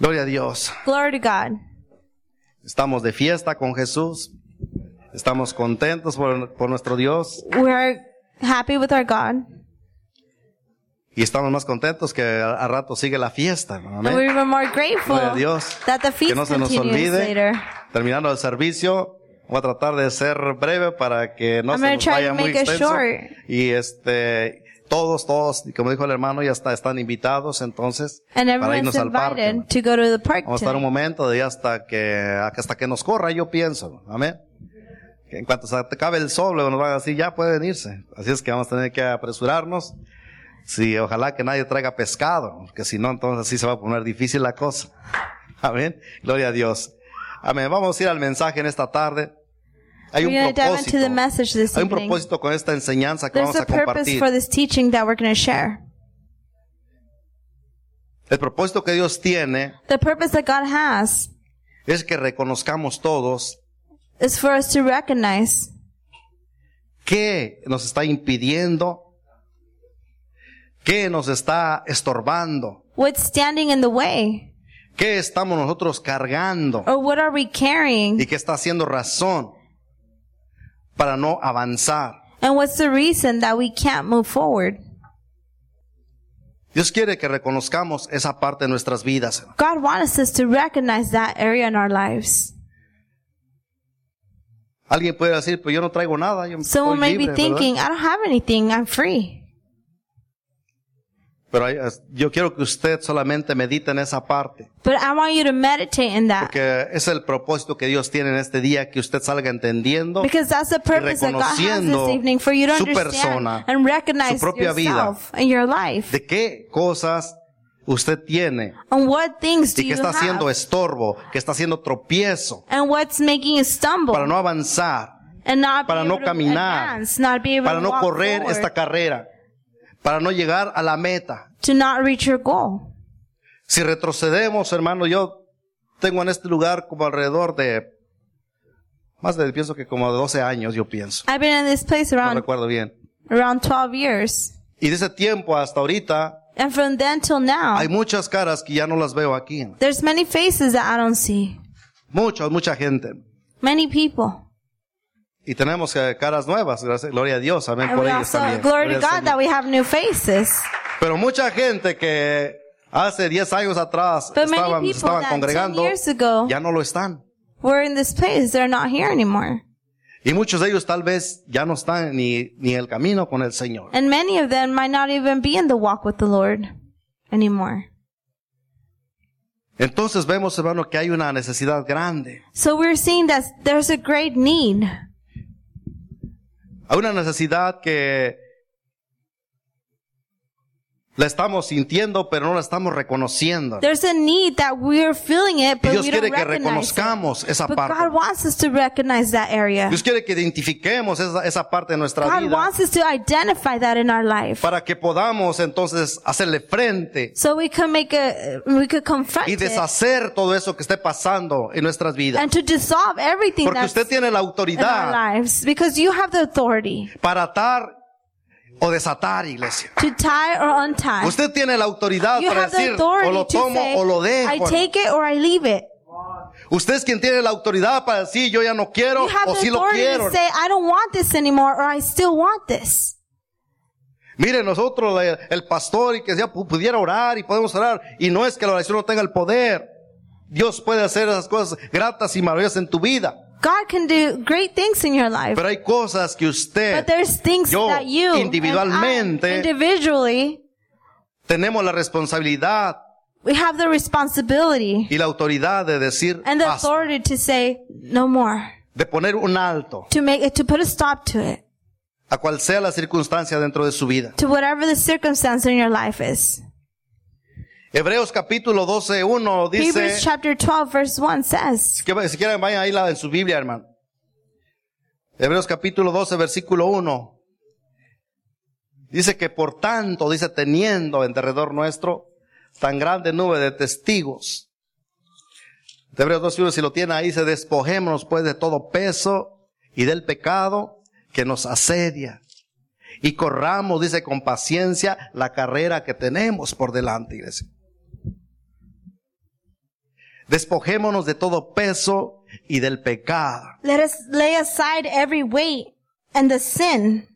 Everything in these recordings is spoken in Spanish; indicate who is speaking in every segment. Speaker 1: Gloria a Dios.
Speaker 2: Glory to God.
Speaker 1: Estamos de fiesta con Jesús. Estamos contentos por, por nuestro Dios.
Speaker 2: We're happy with our God.
Speaker 1: Y estamos más contentos que a, a rato sigue la fiesta. ¿no?
Speaker 2: And
Speaker 1: Amén.
Speaker 2: we were more grateful
Speaker 1: Gloria a Dios.
Speaker 2: that the feast
Speaker 1: Que no se nos
Speaker 2: continues
Speaker 1: olvide.
Speaker 2: later.
Speaker 1: Terminando el servicio, voy a tratar de ser breve para que no
Speaker 2: I'm
Speaker 1: se
Speaker 2: gonna
Speaker 1: nos
Speaker 2: try to
Speaker 1: vaya muy
Speaker 2: make it
Speaker 1: extenso.
Speaker 2: short.
Speaker 1: Y este, todos, todos, como dijo el hermano, ya está, están invitados entonces
Speaker 2: And
Speaker 1: para
Speaker 2: everyone's
Speaker 1: irnos al parque. ¿no?
Speaker 2: invited to go to the park
Speaker 1: Vamos a estar un
Speaker 2: tonight.
Speaker 1: momento de hasta que, hasta que nos corra, yo pienso. Amén. Que en cuanto se acabe el sol, luego nos van a decir, ya pueden irse. Así es que vamos a tener que apresurarnos. Sí, ojalá que nadie traiga pescado, porque si no, entonces sí se va a poner difícil la cosa. Amén. Gloria a Dios. Amén. Vamos a ir al mensaje en esta tarde. Hay
Speaker 2: We're
Speaker 1: un
Speaker 2: going to dive into the
Speaker 1: propósito.
Speaker 2: message this
Speaker 1: Hay un
Speaker 2: evening.
Speaker 1: propósito con esta enseñanza que
Speaker 2: There's
Speaker 1: vamos
Speaker 2: a
Speaker 1: a
Speaker 2: purpose for
Speaker 1: compartir.
Speaker 2: this teaching that we're going to share.
Speaker 1: El propósito que Dios tiene
Speaker 2: The purpose that God has
Speaker 1: es que reconozcamos todos
Speaker 2: is for us to recognize
Speaker 1: ¿Qué nos está impidiendo? ¿Qué nos está estorbando?
Speaker 2: what's standing in the way
Speaker 1: ¿Qué estamos nosotros cargando?
Speaker 2: or what are we
Speaker 1: ¿Y
Speaker 2: carrying
Speaker 1: qué está haciendo razón para no avanzar?
Speaker 2: and what's the reason that we can't move forward.
Speaker 1: Dios quiere que reconozcamos esa parte de nuestras vidas.
Speaker 2: God wants us to recognize that area in our lives.
Speaker 1: Alguien puede decir, pues yo no traigo nada, yo
Speaker 2: Someone
Speaker 1: estoy
Speaker 2: may
Speaker 1: libre,
Speaker 2: be
Speaker 1: ¿verdad?
Speaker 2: thinking, I don't have anything, I'm free.
Speaker 1: Pero hay- es- yo quiero que usted solamente medite en esa parte,
Speaker 2: But I want you to meditate in that
Speaker 1: porque es el propósito que Dios tiene en este día, que usted salga entendiendo
Speaker 2: because that's the purpose that God has this
Speaker 1: reconociendo
Speaker 2: evening for you to
Speaker 1: su
Speaker 2: understand
Speaker 1: persona,
Speaker 2: and recognize
Speaker 1: su propia vida.
Speaker 2: yourself and your life.
Speaker 1: de qué cosas usted tiene
Speaker 2: And what things do
Speaker 1: y que
Speaker 2: you
Speaker 1: está haciendo
Speaker 2: have?
Speaker 1: estorbo, que está haciendo tropiezo
Speaker 2: And what's making you stumble
Speaker 1: para no avanzar,
Speaker 2: and not
Speaker 1: para
Speaker 2: be
Speaker 1: no
Speaker 2: able to
Speaker 1: caminar,
Speaker 2: advance, not be able
Speaker 1: para
Speaker 2: to
Speaker 1: no
Speaker 2: walk
Speaker 1: correr
Speaker 2: forward,
Speaker 1: esta carrera, para no llegar a la meta.
Speaker 2: to not reach your goal.
Speaker 1: Si retrocedemos, hermano, yo tengo en este lugar como alrededor de más de pienso que como de 12 años, yo pienso.
Speaker 2: I've been in this place
Speaker 1: No
Speaker 2: around
Speaker 1: recuerdo bien.
Speaker 2: around 12 years.
Speaker 1: Y de ese tiempo hasta ahorita
Speaker 2: And from then till now,
Speaker 1: hay muchas caras que ya no las veo aquí.
Speaker 2: there's many faces that I don't see.
Speaker 1: Muchas, mucha gente.
Speaker 2: Many people.
Speaker 1: Y tenemos eh, caras nuevas, gracias, gloria a Dios, amén
Speaker 2: And
Speaker 1: por
Speaker 2: we
Speaker 1: ellos
Speaker 2: also,
Speaker 1: también.
Speaker 2: glory to
Speaker 1: Gloria al
Speaker 2: God
Speaker 1: Señor.
Speaker 2: that we have new faces.
Speaker 1: Pero mucha gente que hace 10 años atrás
Speaker 2: But many
Speaker 1: estaban, se
Speaker 2: people
Speaker 1: estaban
Speaker 2: that 10
Speaker 1: congregando,
Speaker 2: years ago
Speaker 1: ya no lo están.
Speaker 2: were in this place. They're not here anymore.
Speaker 1: Y muchos de ellos tal vez ya no están ni, ni en el camino con el Señor.
Speaker 2: And many of them might not even be in the walk with the Lord anymore.
Speaker 1: Entonces vemos, hermano, que hay una necesidad grande.
Speaker 2: So we're seeing that there's a great need.
Speaker 1: Hay una necesidad que la estamos sintiendo, pero no la estamos reconociendo.
Speaker 2: There's a need that we're feeling
Speaker 1: Y
Speaker 2: it, but
Speaker 1: Dios
Speaker 2: we
Speaker 1: quiere
Speaker 2: don't
Speaker 1: que
Speaker 2: recognize it.
Speaker 1: reconozcamos esa
Speaker 2: But
Speaker 1: parte.
Speaker 2: God wants us to recognize that area.
Speaker 1: Dios quiere que identifiquemos esa, esa parte de nuestra
Speaker 2: God
Speaker 1: vida
Speaker 2: wants us to identify that in our life.
Speaker 1: para que podamos entonces hacerle frente
Speaker 2: So we could make a, we could confront
Speaker 1: y
Speaker 2: it
Speaker 1: deshacer todo eso que esté pasando en nuestras vidas.
Speaker 2: and to dissolve everything
Speaker 1: Porque
Speaker 2: that's
Speaker 1: usted tiene la
Speaker 2: in our
Speaker 1: autoridad
Speaker 2: lives because you have the authority
Speaker 1: para atar o desatar, iglesia.
Speaker 2: to tie or untie.
Speaker 1: Usted tiene la autoridad
Speaker 2: You
Speaker 1: para
Speaker 2: have the
Speaker 1: decir o
Speaker 2: authority
Speaker 1: lo
Speaker 2: to
Speaker 1: tomo
Speaker 2: say,
Speaker 1: o lo
Speaker 2: I
Speaker 1: dejo.
Speaker 2: take it or I leave it.
Speaker 1: Usted es quien tiene la autoridad para decir yo ya no quiero
Speaker 2: You have
Speaker 1: o
Speaker 2: the
Speaker 1: sí lo
Speaker 2: authority
Speaker 1: quiero.
Speaker 2: to say, I don't want this anymore or I still want this.
Speaker 1: Mire, nosotros le- el pastor y que ya pu- pudiera orar y podemos orar y no es que la oración no tenga el poder. Dios puede hacer esas cosas gratas y maravillosas en tu vida.
Speaker 2: God can do great things in your life.
Speaker 1: Pero hay cosas que usted
Speaker 2: But there's things
Speaker 1: yo
Speaker 2: that you and I
Speaker 1: individualmente-
Speaker 2: individually
Speaker 1: tenemos la responsabilidad
Speaker 2: we have the responsibility
Speaker 1: y la autoridad de decir
Speaker 2: and the
Speaker 1: basta,
Speaker 2: authority to say no more,
Speaker 1: de poner un alto
Speaker 2: to make it, to put a stop to it,
Speaker 1: a cual sea la circunstancia dentro de su vida.
Speaker 2: to whatever the circumstance in your life is.
Speaker 1: Hebreos capítulo 12, 1 dice,
Speaker 2: Hebrews chapter 12 verse 1 says,
Speaker 1: que si quieren vayan ahí la- en su Biblia, hermano. Hebreos capítulo 12, versículo 1. Dice que por tanto, dice, teniendo en derredor nuestro tan grande nube de testigos. De Hebreos 12, 1, si lo tiene ahí, se despojémonos pues de todo peso y del pecado que nos asedia. Y corramos, dice, con paciencia la carrera que tenemos por delante, iglesia. Despojémonos de todo peso y del pecado.
Speaker 2: Let us lay aside every weight and the sin.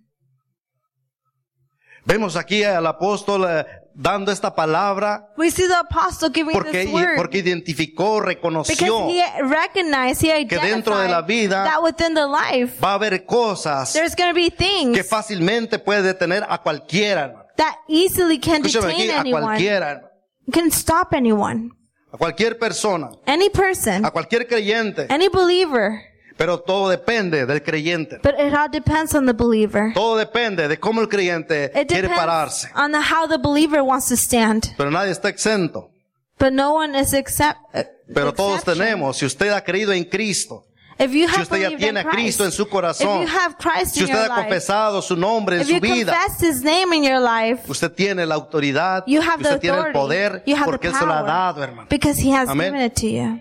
Speaker 1: Vemos aquí al apóstol eh, dando esta palabra
Speaker 2: We see the apostle giving
Speaker 1: porque,
Speaker 2: this word
Speaker 1: porque identificó, reconoció
Speaker 2: because he recognized, he
Speaker 1: que dentro de la
Speaker 2: identified
Speaker 1: vida
Speaker 2: that within the life
Speaker 1: va a haber cosas
Speaker 2: there's going to be things
Speaker 1: que fácilmente puede detener a cualquiera. hermano.
Speaker 2: that easily can
Speaker 1: Escúchame aquí,
Speaker 2: detain
Speaker 1: a
Speaker 2: anyone,
Speaker 1: cualquiera, hermano.
Speaker 2: can stop anyone,
Speaker 1: a cualquier persona,
Speaker 2: any person,
Speaker 1: a cualquier creyente.
Speaker 2: any believer.
Speaker 1: Pero todo depende del creyente.
Speaker 2: But it all depends on the believer.
Speaker 1: Todo depende de cómo el creyente
Speaker 2: It
Speaker 1: quiere
Speaker 2: depends
Speaker 1: pararse.
Speaker 2: on the, how the believer wants to stand.
Speaker 1: Pero nadie está exento.
Speaker 2: But no one is except. uh,
Speaker 1: Pero todos
Speaker 2: exception.
Speaker 1: tenemos, si usted ha creído en Cristo,
Speaker 2: If you have
Speaker 1: si usted ya
Speaker 2: believed
Speaker 1: tiene
Speaker 2: in
Speaker 1: a Cristo en
Speaker 2: Christ,
Speaker 1: su corazón,
Speaker 2: if you have Christ
Speaker 1: si
Speaker 2: in your
Speaker 1: usted ha
Speaker 2: life,
Speaker 1: confesado su nombre en
Speaker 2: if
Speaker 1: su
Speaker 2: you
Speaker 1: vida,
Speaker 2: confess His name in your life,
Speaker 1: usted tiene la autoridad,
Speaker 2: you have the
Speaker 1: usted tiene el
Speaker 2: authority,
Speaker 1: poder,
Speaker 2: you have
Speaker 1: porque
Speaker 2: the
Speaker 1: Él se lo ha
Speaker 2: power,
Speaker 1: dado, hermano.
Speaker 2: because He has
Speaker 1: Amén.
Speaker 2: given it to you.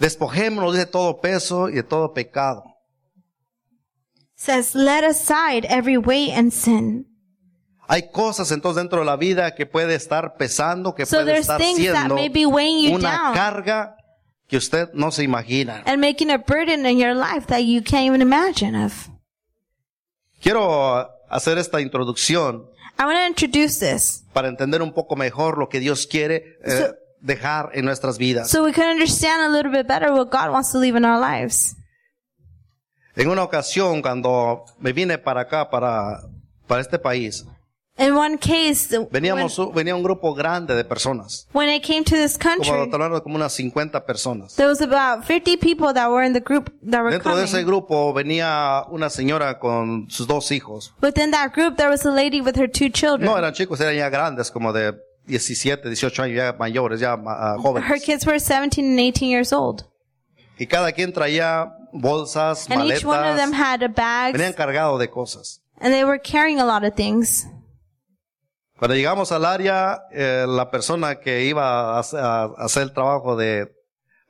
Speaker 1: Despojémonos de todo peso y de todo pecado.
Speaker 2: Says, let aside every weight and sin.
Speaker 1: Hay cosas entonces dentro de la vida que puede estar pesando, que
Speaker 2: So
Speaker 1: puede
Speaker 2: there's
Speaker 1: estar
Speaker 2: things that
Speaker 1: siendo
Speaker 2: may be weighing you
Speaker 1: una
Speaker 2: down.
Speaker 1: carga que usted no se imagina.
Speaker 2: and making a burden in your life that you can't even imagine of.
Speaker 1: Quiero hacer esta introducción
Speaker 2: I want to introduce this
Speaker 1: para entender un poco mejor lo que Dios quiere eh,
Speaker 2: So-
Speaker 1: dejar en nuestras vidas.
Speaker 2: so we can understand a little bit better what God wants to leave in our lives.
Speaker 1: En una ocasión, cuando me vine para acá, para, para este país,
Speaker 2: In one case, when,
Speaker 1: veníamos, un- venía un grupo grande de personas,
Speaker 2: when I came to this
Speaker 1: como,
Speaker 2: country,
Speaker 1: te hablaron, como unas 50 personas.
Speaker 2: there was about 50 people that were in the group that were
Speaker 1: Dentro de ese
Speaker 2: coming.
Speaker 1: grupo venía una señora con sus dos hijos.
Speaker 2: Within that group, there was a lady with her two
Speaker 1: No
Speaker 2: children.
Speaker 1: eran chicos, eran ya grandes, como de 17, 18 años, ya mayores, ya ma- ah,
Speaker 2: Her
Speaker 1: jóvenes.
Speaker 2: kids were 17 and 18 years old.
Speaker 1: Y cada quien traía bolsas,
Speaker 2: And each one of them
Speaker 1: maletas,
Speaker 2: had a
Speaker 1: venían
Speaker 2: bag,
Speaker 1: cargados de cosas.
Speaker 2: and they were carrying a lot of things.
Speaker 1: Cuando llegamos al área, eh, la persona que iba a, hacer- a hacer el trabajo de,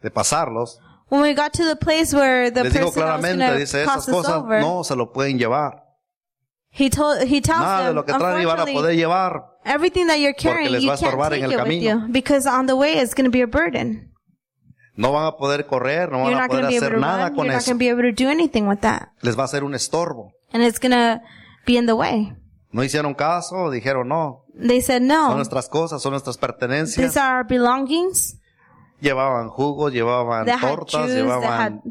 Speaker 1: de pasarlos,
Speaker 2: When we got to the place where the
Speaker 1: les dijo
Speaker 2: person that was
Speaker 1: claramente,
Speaker 2: going
Speaker 1: dice,
Speaker 2: to
Speaker 1: esas
Speaker 2: cross us
Speaker 1: cosas
Speaker 2: over,
Speaker 1: no se lo pueden llevar.
Speaker 2: He told he tells
Speaker 1: Nada de
Speaker 2: them,
Speaker 1: lo que traen van a poder
Speaker 2: unfortunately,
Speaker 1: llevar.
Speaker 2: everything that you're carrying,
Speaker 1: les
Speaker 2: you
Speaker 1: va a estorbar
Speaker 2: can't
Speaker 1: en el
Speaker 2: take it with
Speaker 1: camino.
Speaker 2: you because on the way it's going to be a burden.
Speaker 1: No van a poder correr, no
Speaker 2: You're
Speaker 1: van a
Speaker 2: not
Speaker 1: poder
Speaker 2: going to be able
Speaker 1: hacer
Speaker 2: to
Speaker 1: nada
Speaker 2: run. You're
Speaker 1: con
Speaker 2: not
Speaker 1: eso.
Speaker 2: going to be able to do anything with that,
Speaker 1: Les va a ser un estorbo.
Speaker 2: and it's going to be in the way.
Speaker 1: No hicieron caso, dijeron no.
Speaker 2: They said
Speaker 1: Son
Speaker 2: no.
Speaker 1: nuestras cosas, son nuestras
Speaker 2: These
Speaker 1: pertenencias.
Speaker 2: are our belongings.
Speaker 1: Llevaban jugos, llevaban
Speaker 2: They had
Speaker 1: tortas,
Speaker 2: juice. They had
Speaker 1: llevaban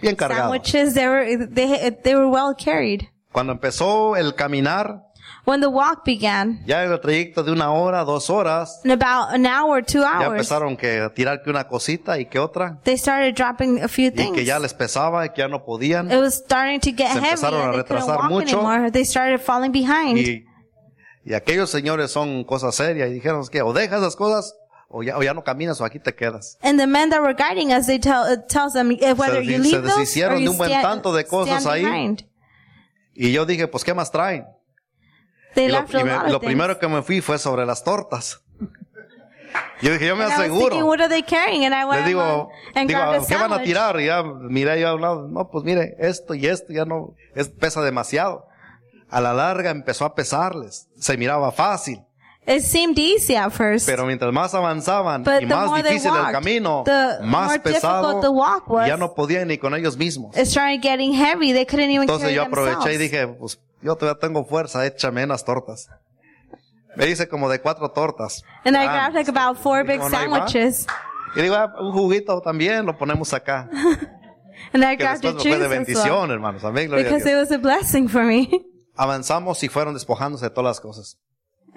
Speaker 1: bien cargados.
Speaker 2: sandwiches. They were they they were well carried.
Speaker 1: Cuando empezó el caminar,
Speaker 2: When the walk began,
Speaker 1: ya en el trayecto de una hora, dos horas,
Speaker 2: in about an hour, two
Speaker 1: ya
Speaker 2: hours,
Speaker 1: empezaron que a tirar que una cosita y que otra,
Speaker 2: they started dropping a few
Speaker 1: y
Speaker 2: things.
Speaker 1: que ya les pesaba y que ya no podían.
Speaker 2: It was starting to get
Speaker 1: Se
Speaker 2: heavy,
Speaker 1: empezaron a
Speaker 2: and they couldn't
Speaker 1: retrasar
Speaker 2: walk
Speaker 1: mucho.
Speaker 2: anymore. They started falling behind.
Speaker 1: Y, y aquellos señores son cosas serias y dijeron que o dejas las cosas o ya, o ya no caminas o aquí te quedas.
Speaker 2: And the men that were guiding us, they tell it tells them eh, whether
Speaker 1: Se
Speaker 2: you
Speaker 1: deshi- se
Speaker 2: leave those or
Speaker 1: deshicieron de
Speaker 2: you
Speaker 1: un buen
Speaker 2: stand,
Speaker 1: tanto de cosas
Speaker 2: stand
Speaker 1: ahí.
Speaker 2: behind.
Speaker 1: Y yo dije, pues ¿qué más traen?
Speaker 2: They
Speaker 1: Y lo,
Speaker 2: left a
Speaker 1: y me-
Speaker 2: lot
Speaker 1: lo
Speaker 2: of things.
Speaker 1: primero que me fui fue sobre las tortas. Yo dije, yo me
Speaker 2: And I was thinking,
Speaker 1: aseguro.
Speaker 2: what are they carrying? And I
Speaker 1: Le
Speaker 2: went
Speaker 1: digo,
Speaker 2: and
Speaker 1: digo,
Speaker 2: grabbed a
Speaker 1: ¿qué van a
Speaker 2: sandwich.
Speaker 1: tirar? Y ya miré yo a un lado, no, pues mire, esto y esto ya no, es, pesa demasiado. A la larga empezó a pesarles, se miraba fácil,
Speaker 2: It seemed easy at first,
Speaker 1: pero mientras más avanzaban
Speaker 2: But
Speaker 1: y
Speaker 2: the
Speaker 1: más
Speaker 2: more they
Speaker 1: difícil el
Speaker 2: walked,
Speaker 1: camino,
Speaker 2: the
Speaker 1: más
Speaker 2: more difficult the
Speaker 1: pesado,
Speaker 2: walk was.
Speaker 1: ya no podían ni con ellos mismos.
Speaker 2: it started getting heavy. They couldn't even
Speaker 1: Entonces
Speaker 2: carry
Speaker 1: yo aproveché y
Speaker 2: themselves.
Speaker 1: dije, pues yo todavía tengo fuerza, échame unas tortas. Me hice como de cuatro tortas.
Speaker 2: and I
Speaker 1: Ah,
Speaker 2: grabbed like about four big
Speaker 1: Dijo, "No, ahí va".
Speaker 2: sandwiches,
Speaker 1: Y digo, "Ah, un juguito también lo ponemos acá.
Speaker 2: and
Speaker 1: Que
Speaker 2: I grabbed
Speaker 1: después
Speaker 2: a
Speaker 1: me
Speaker 2: juice
Speaker 1: fue de
Speaker 2: as well,
Speaker 1: bendición, hermanos. Amén, gloria a
Speaker 2: because
Speaker 1: Dios.
Speaker 2: it was a blessing for me.
Speaker 1: Avanzamos y fueron despojándose de todas las cosas.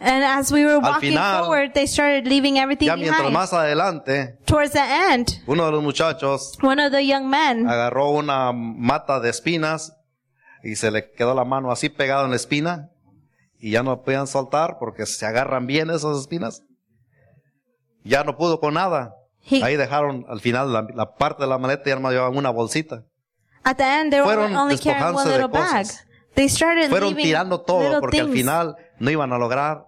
Speaker 2: And as we were walking
Speaker 1: final,
Speaker 2: forward, they started leaving everything
Speaker 1: Ya mientras
Speaker 2: behind.
Speaker 1: más adelante,
Speaker 2: Towards the end,
Speaker 1: uno de los muchachos
Speaker 2: one of the young men
Speaker 1: agarró una mata de espinas y se le quedó la mano así pegada en la espina y ya no podían soltar porque se agarran bien esas espinas. Ya no pudo con nada.
Speaker 2: He-
Speaker 1: Ahí dejaron al final la, la parte de la maleta y arma llevaban una bolsita.
Speaker 2: At the end, they were
Speaker 1: Fueron
Speaker 2: only carrying
Speaker 1: despojándose
Speaker 2: one
Speaker 1: de
Speaker 2: little bag.
Speaker 1: cosas.
Speaker 2: They started
Speaker 1: Fueron
Speaker 2: leaving
Speaker 1: tirando todo
Speaker 2: little
Speaker 1: porque al
Speaker 2: things.
Speaker 1: final no iban a lograr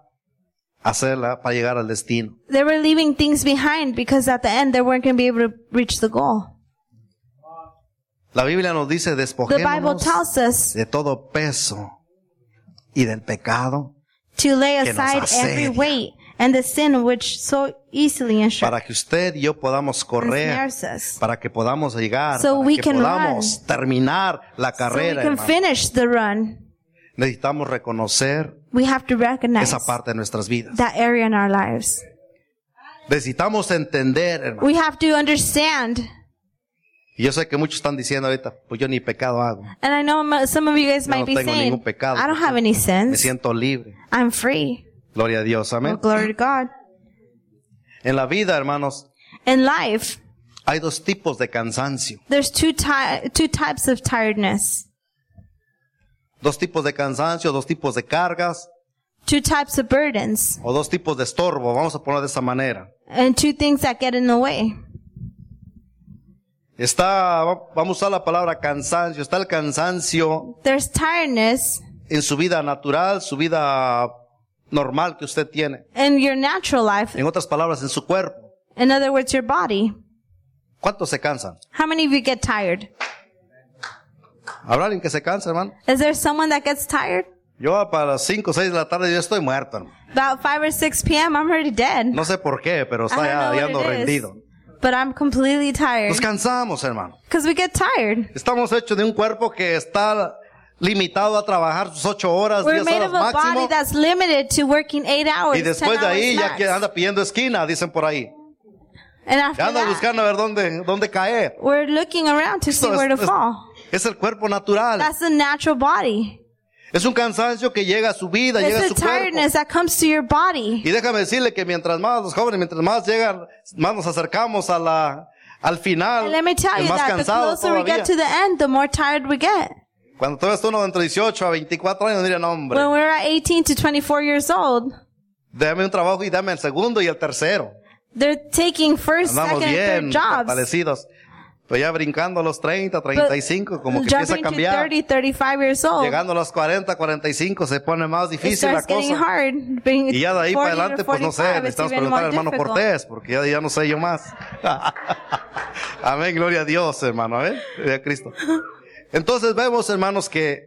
Speaker 1: hacerla para llegar al destino.
Speaker 2: they were leaving things behind because at the end they weren't going to be able to reach the goal.
Speaker 1: La Biblia nos dice
Speaker 2: The Bible
Speaker 1: despojémonos
Speaker 2: tells us
Speaker 1: de todo peso y del pecado
Speaker 2: to lay
Speaker 1: que nos
Speaker 2: aside every
Speaker 1: asedia.
Speaker 2: weight and the sin which so easily ensnares
Speaker 1: para que usted y yo podamos correr,
Speaker 2: ensnares us.
Speaker 1: para que podamos llegar,
Speaker 2: So
Speaker 1: para
Speaker 2: we
Speaker 1: que
Speaker 2: can
Speaker 1: podamos terminar la
Speaker 2: So we
Speaker 1: carrera.
Speaker 2: can
Speaker 1: hermano.
Speaker 2: finish the run.
Speaker 1: Necesitamos reconocer
Speaker 2: We have to recognize
Speaker 1: esa parte de nuestras vidas.
Speaker 2: that area in our lives.
Speaker 1: Necesitamos entender, hermano.
Speaker 2: We have to understand.
Speaker 1: Y yo sé que muchos están diciendo ahorita, pues yo ni pecado hago,
Speaker 2: And I know mo- some of you guys
Speaker 1: Yo
Speaker 2: might
Speaker 1: no
Speaker 2: be
Speaker 1: tengo
Speaker 2: saying,
Speaker 1: ningún pecado,
Speaker 2: I don't have any
Speaker 1: me
Speaker 2: sins.
Speaker 1: siento libre.
Speaker 2: I'm free.
Speaker 1: Gloria a Dios,
Speaker 2: Well,
Speaker 1: amén.
Speaker 2: glory to Oh, God.
Speaker 1: En la vida, hermanos,
Speaker 2: In life,
Speaker 1: hay dos tipos de cansancio.
Speaker 2: there's two, ty- two types of tiredness,
Speaker 1: Dos tipos de cansancio, dos tipos de cargas
Speaker 2: two types of burdens,
Speaker 1: o dos tipos de estorbo, vamos a poner de esa manera.
Speaker 2: and two things that get in the way.
Speaker 1: Está, va- vamos a usar la palabra cansancio, está el cansancio
Speaker 2: There's tiredness
Speaker 1: en su vida natural, su vida normal que usted tiene.
Speaker 2: in your natural life.
Speaker 1: En otras palabras, en su cuerpo.
Speaker 2: In other words, your body.
Speaker 1: ¿Cuántos se cansan?
Speaker 2: How many of you get tired?
Speaker 1: ¿Habrá alguien que se cansa, hermano?
Speaker 2: Is there someone that gets tired?
Speaker 1: Yo para las 5 o 6 de la tarde yo estoy muerto, hermano.
Speaker 2: About 5 or 6 p.m., I'm already dead.
Speaker 1: No sé por qué, pero
Speaker 2: I
Speaker 1: está
Speaker 2: don't
Speaker 1: ya, ya
Speaker 2: know
Speaker 1: ando
Speaker 2: what it is,
Speaker 1: rendido.
Speaker 2: but I'm completely tired
Speaker 1: Nos cansamos, hermano.
Speaker 2: because we get tired.
Speaker 1: Estamos hechos de un cuerpo que está limitado a trabajar sus 8 horas, 10
Speaker 2: We're made
Speaker 1: horas
Speaker 2: of a body
Speaker 1: máximo.
Speaker 2: that's limited to working eight hours,
Speaker 1: Y
Speaker 2: 10
Speaker 1: después de ahí
Speaker 2: hours
Speaker 1: ya que
Speaker 2: max.
Speaker 1: anda pidiendo esquina, dicen por ahí.
Speaker 2: and after
Speaker 1: Ya anda
Speaker 2: that,
Speaker 1: buscando a ver dónde, dónde caer.
Speaker 2: we're looking around to see
Speaker 1: Esto es-
Speaker 2: where to
Speaker 1: es-
Speaker 2: fall.
Speaker 1: Es el cuerpo natural.
Speaker 2: That's the natural body.
Speaker 1: Es un cansancio que llega a su vida, llega a
Speaker 2: It's
Speaker 1: su
Speaker 2: the
Speaker 1: cuerpo.
Speaker 2: tiredness that comes to your body.
Speaker 1: Y déjame decirle que mientras más los jóvenes, mientras más llegan, más nos acercamos a la, al final,
Speaker 2: And let me tell
Speaker 1: y
Speaker 2: you
Speaker 1: más
Speaker 2: that the
Speaker 1: cansados
Speaker 2: closer we
Speaker 1: todavía.
Speaker 2: get to the end, the more tired we get.
Speaker 1: Cuando tú ves uno de entre 18 a 24 años, diría, no hombre,
Speaker 2: When we're at 18 to 24 years old,
Speaker 1: dame un trabajo y dame el segundo y el tercero.
Speaker 2: they're taking first,
Speaker 1: Andamos
Speaker 2: second,
Speaker 1: bien,
Speaker 2: and third jobs.
Speaker 1: fortalecidos. Pero ya brincando a los 30, 35, como que empieza a
Speaker 2: Jumping to
Speaker 1: cambiar.
Speaker 2: 30, 35 years old,
Speaker 1: Llegando a los 40, 45, se pone más
Speaker 2: it
Speaker 1: difícil la
Speaker 2: starts getting
Speaker 1: cosa.
Speaker 2: hard. Being
Speaker 1: Y ya de ahí para
Speaker 2: 40 or
Speaker 1: adelante, pues no sé,
Speaker 2: 45, it's
Speaker 1: necesitamos
Speaker 2: even more
Speaker 1: preguntar al hermano
Speaker 2: difficult.
Speaker 1: Cortés, porque ya, ya no sé yo más. Amén, gloria a Dios, hermano, ¿eh? Gloria a Cristo. Entonces vemos, hermanos, que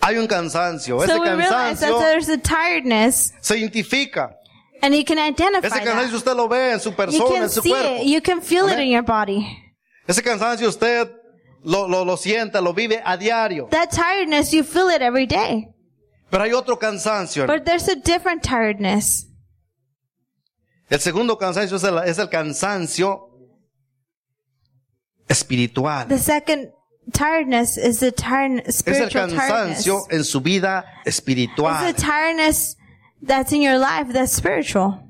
Speaker 1: hay un cansancio. Ese
Speaker 2: So we realize that
Speaker 1: cansancio
Speaker 2: there's a tiredness,
Speaker 1: se identifica.
Speaker 2: and you can identify
Speaker 1: Ese
Speaker 2: that.
Speaker 1: cansancio usted lo ve en su
Speaker 2: You
Speaker 1: persona,
Speaker 2: can
Speaker 1: en su
Speaker 2: see
Speaker 1: cuerpo.
Speaker 2: it. You can feel it
Speaker 1: Amén.
Speaker 2: in your body.
Speaker 1: Ese cansancio usted lo, lo, lo sienta, lo vive a diario.
Speaker 2: That tiredness, you feel it every day.
Speaker 1: Pero hay otro cansancio. hermano.
Speaker 2: But there's a different tiredness.
Speaker 1: El segundo cansancio es el, es el cansancio espiritual.
Speaker 2: The second tiredness is the tired,
Speaker 1: Es el
Speaker 2: spiritual tiredness.
Speaker 1: cansancio en su vida espiritual.
Speaker 2: It's a tiredness that's in your life that's spiritual.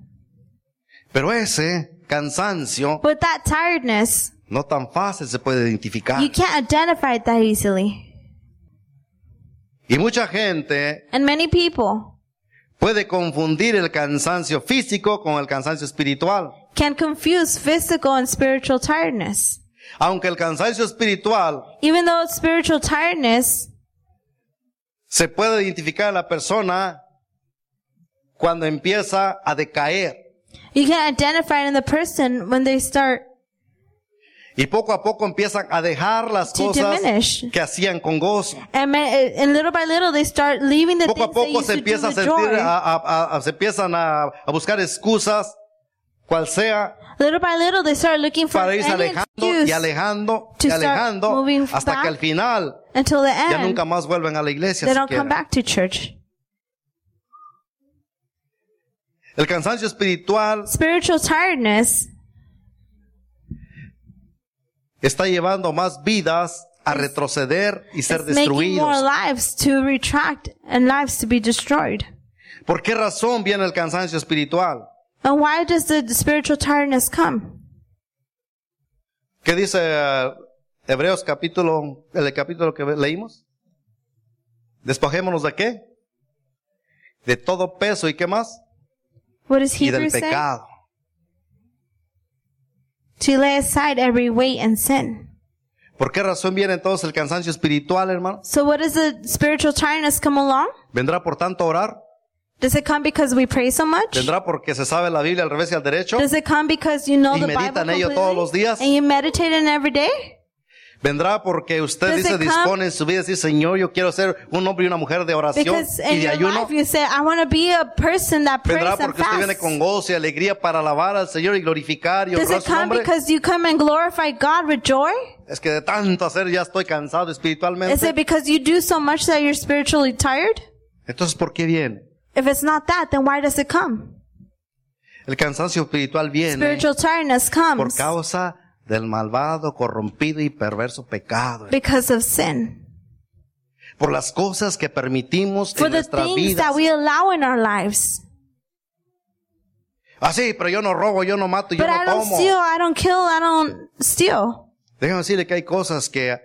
Speaker 1: Pero ese cansancio
Speaker 2: But that tiredness,
Speaker 1: no tan fácil se puede identificar.
Speaker 2: you can't identify it that easily.
Speaker 1: Y mucha gente
Speaker 2: And many people
Speaker 1: puede confundir el cansancio físico con el cansancio espiritual.
Speaker 2: can confuse physical and spiritual tiredness.
Speaker 1: Aunque el cansancio espiritual
Speaker 2: Even though it's spiritual tiredness,
Speaker 1: se puede identificar a la persona cuando empieza a decaer
Speaker 2: you can identify it in the person when they start
Speaker 1: y poco a poco empiezan a dejar las
Speaker 2: To
Speaker 1: cosas
Speaker 2: diminish.
Speaker 1: que hacían con gozo.
Speaker 2: and, ma- and little by little they start leaving the
Speaker 1: Poco a
Speaker 2: things they
Speaker 1: poco
Speaker 2: used
Speaker 1: se
Speaker 2: to do
Speaker 1: empieza a
Speaker 2: with
Speaker 1: sentir, ah,
Speaker 2: joy.
Speaker 1: a- a- a- a- se empiezan a, a buscar excusas, cual sea,
Speaker 2: Little by little, they start looking for
Speaker 1: para irse
Speaker 2: any
Speaker 1: alejando y
Speaker 2: excuse
Speaker 1: alejando
Speaker 2: to
Speaker 1: y
Speaker 2: start
Speaker 1: alejando
Speaker 2: moving
Speaker 1: hasta
Speaker 2: back.
Speaker 1: que al final
Speaker 2: until the
Speaker 1: ya
Speaker 2: end.
Speaker 1: nunca más vuelven a la iglesia.
Speaker 2: They don't
Speaker 1: siquiera.
Speaker 2: come back to church.
Speaker 1: El cansancio espiritual
Speaker 2: Spiritual tiredness
Speaker 1: está llevando más vidas a retroceder y ser
Speaker 2: is making more
Speaker 1: destruidos.
Speaker 2: lives to retract and lives to be destroyed.
Speaker 1: ¿Por qué razón viene el cansancio espiritual?
Speaker 2: And why does the spiritual tiredness come?
Speaker 1: ¿Qué dice eh, Hebreos capítulo, el capítulo que leímos? Despojémonos de qué? De todo peso y qué más?
Speaker 2: What does
Speaker 1: Y del
Speaker 2: Hebrews say?
Speaker 1: pecado.
Speaker 2: To lay aside every weight and sin.
Speaker 1: ¿Por qué razón viene entonces el cansancio espiritual, hermano?
Speaker 2: So what does the spiritual tiredness come along?
Speaker 1: ¿Vendrá por tanto orar?
Speaker 2: Does it come because we pray so much?
Speaker 1: ¿Vendrá porque se sabe la Biblia al revés y al derecho?
Speaker 2: Does it come because you know
Speaker 1: Y
Speaker 2: the
Speaker 1: medita
Speaker 2: Bible
Speaker 1: en ello todos los
Speaker 2: completely
Speaker 1: días.
Speaker 2: and you meditate in every day?
Speaker 1: Vendrá porque usted
Speaker 2: Does
Speaker 1: dice,
Speaker 2: it come-
Speaker 1: dispone en su vida, dice, Señor, yo quiero ser un hombre y una mujer de oración
Speaker 2: Because
Speaker 1: y de
Speaker 2: in your
Speaker 1: ayuno.
Speaker 2: life you say, I want to be a person that prays
Speaker 1: Vendrá
Speaker 2: and
Speaker 1: porque usted viene
Speaker 2: fasts.
Speaker 1: con gozo y alegría para alabar al Señor y glorificar y
Speaker 2: Does
Speaker 1: honrar
Speaker 2: it
Speaker 1: su
Speaker 2: come
Speaker 1: nombre.
Speaker 2: because you come and glorify God with joy?
Speaker 1: Es que de tanto hacer ya estoy cansado
Speaker 2: Is it
Speaker 1: espiritualmente.
Speaker 2: because you do so much that you're spiritually tired?
Speaker 1: Entonces, ¿por qué viene?
Speaker 2: If it's not that, then why does it come?
Speaker 1: El cansancio espiritual viene
Speaker 2: Spiritual tiredness
Speaker 1: por
Speaker 2: comes
Speaker 1: causa del malvado, corrompido y perverso pecado.
Speaker 2: because of sin.
Speaker 1: Por las cosas que permitimos
Speaker 2: For
Speaker 1: en
Speaker 2: the
Speaker 1: nuestras
Speaker 2: things
Speaker 1: vidas.
Speaker 2: that we allow in our lives.
Speaker 1: Ah, sí, pero yo no robo, yo no mato, yo
Speaker 2: But I
Speaker 1: no
Speaker 2: don't
Speaker 1: tomo.
Speaker 2: steal, I don't kill, I don't steal.
Speaker 1: Déjame decirle que hay cosas que,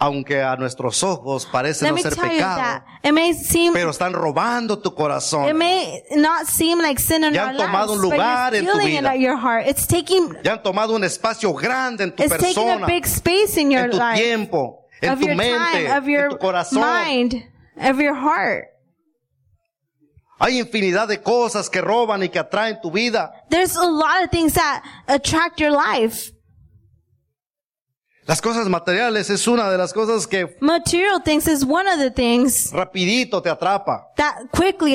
Speaker 1: aunque a nuestros ojos parecen
Speaker 2: Let
Speaker 1: no
Speaker 2: me
Speaker 1: ser
Speaker 2: tell you
Speaker 1: pecado,
Speaker 2: that. It may seem,
Speaker 1: pero están robando tu
Speaker 2: it
Speaker 1: corazón.
Speaker 2: may not seem like sin in
Speaker 1: Ya
Speaker 2: our
Speaker 1: han tomado un
Speaker 2: lives,
Speaker 1: lugar
Speaker 2: but
Speaker 1: en tu
Speaker 2: you're feeling it
Speaker 1: vida.
Speaker 2: at your heart. It's taking,
Speaker 1: Ya han tomado un espacio grande en tu
Speaker 2: it's taking a
Speaker 1: persona,
Speaker 2: big space in your
Speaker 1: en tu
Speaker 2: life,
Speaker 1: tiempo, en
Speaker 2: of
Speaker 1: tu
Speaker 2: your
Speaker 1: mente,
Speaker 2: time, of your
Speaker 1: en tu corazón.
Speaker 2: mind, of your heart.
Speaker 1: Hay infinidad de cosas que roban y que atraen tu vida.
Speaker 2: There's a lot of things that attract your life.
Speaker 1: Las cosas materiales es una de las cosas que
Speaker 2: Material things is one of the things
Speaker 1: rapidito te atrapa.
Speaker 2: that quickly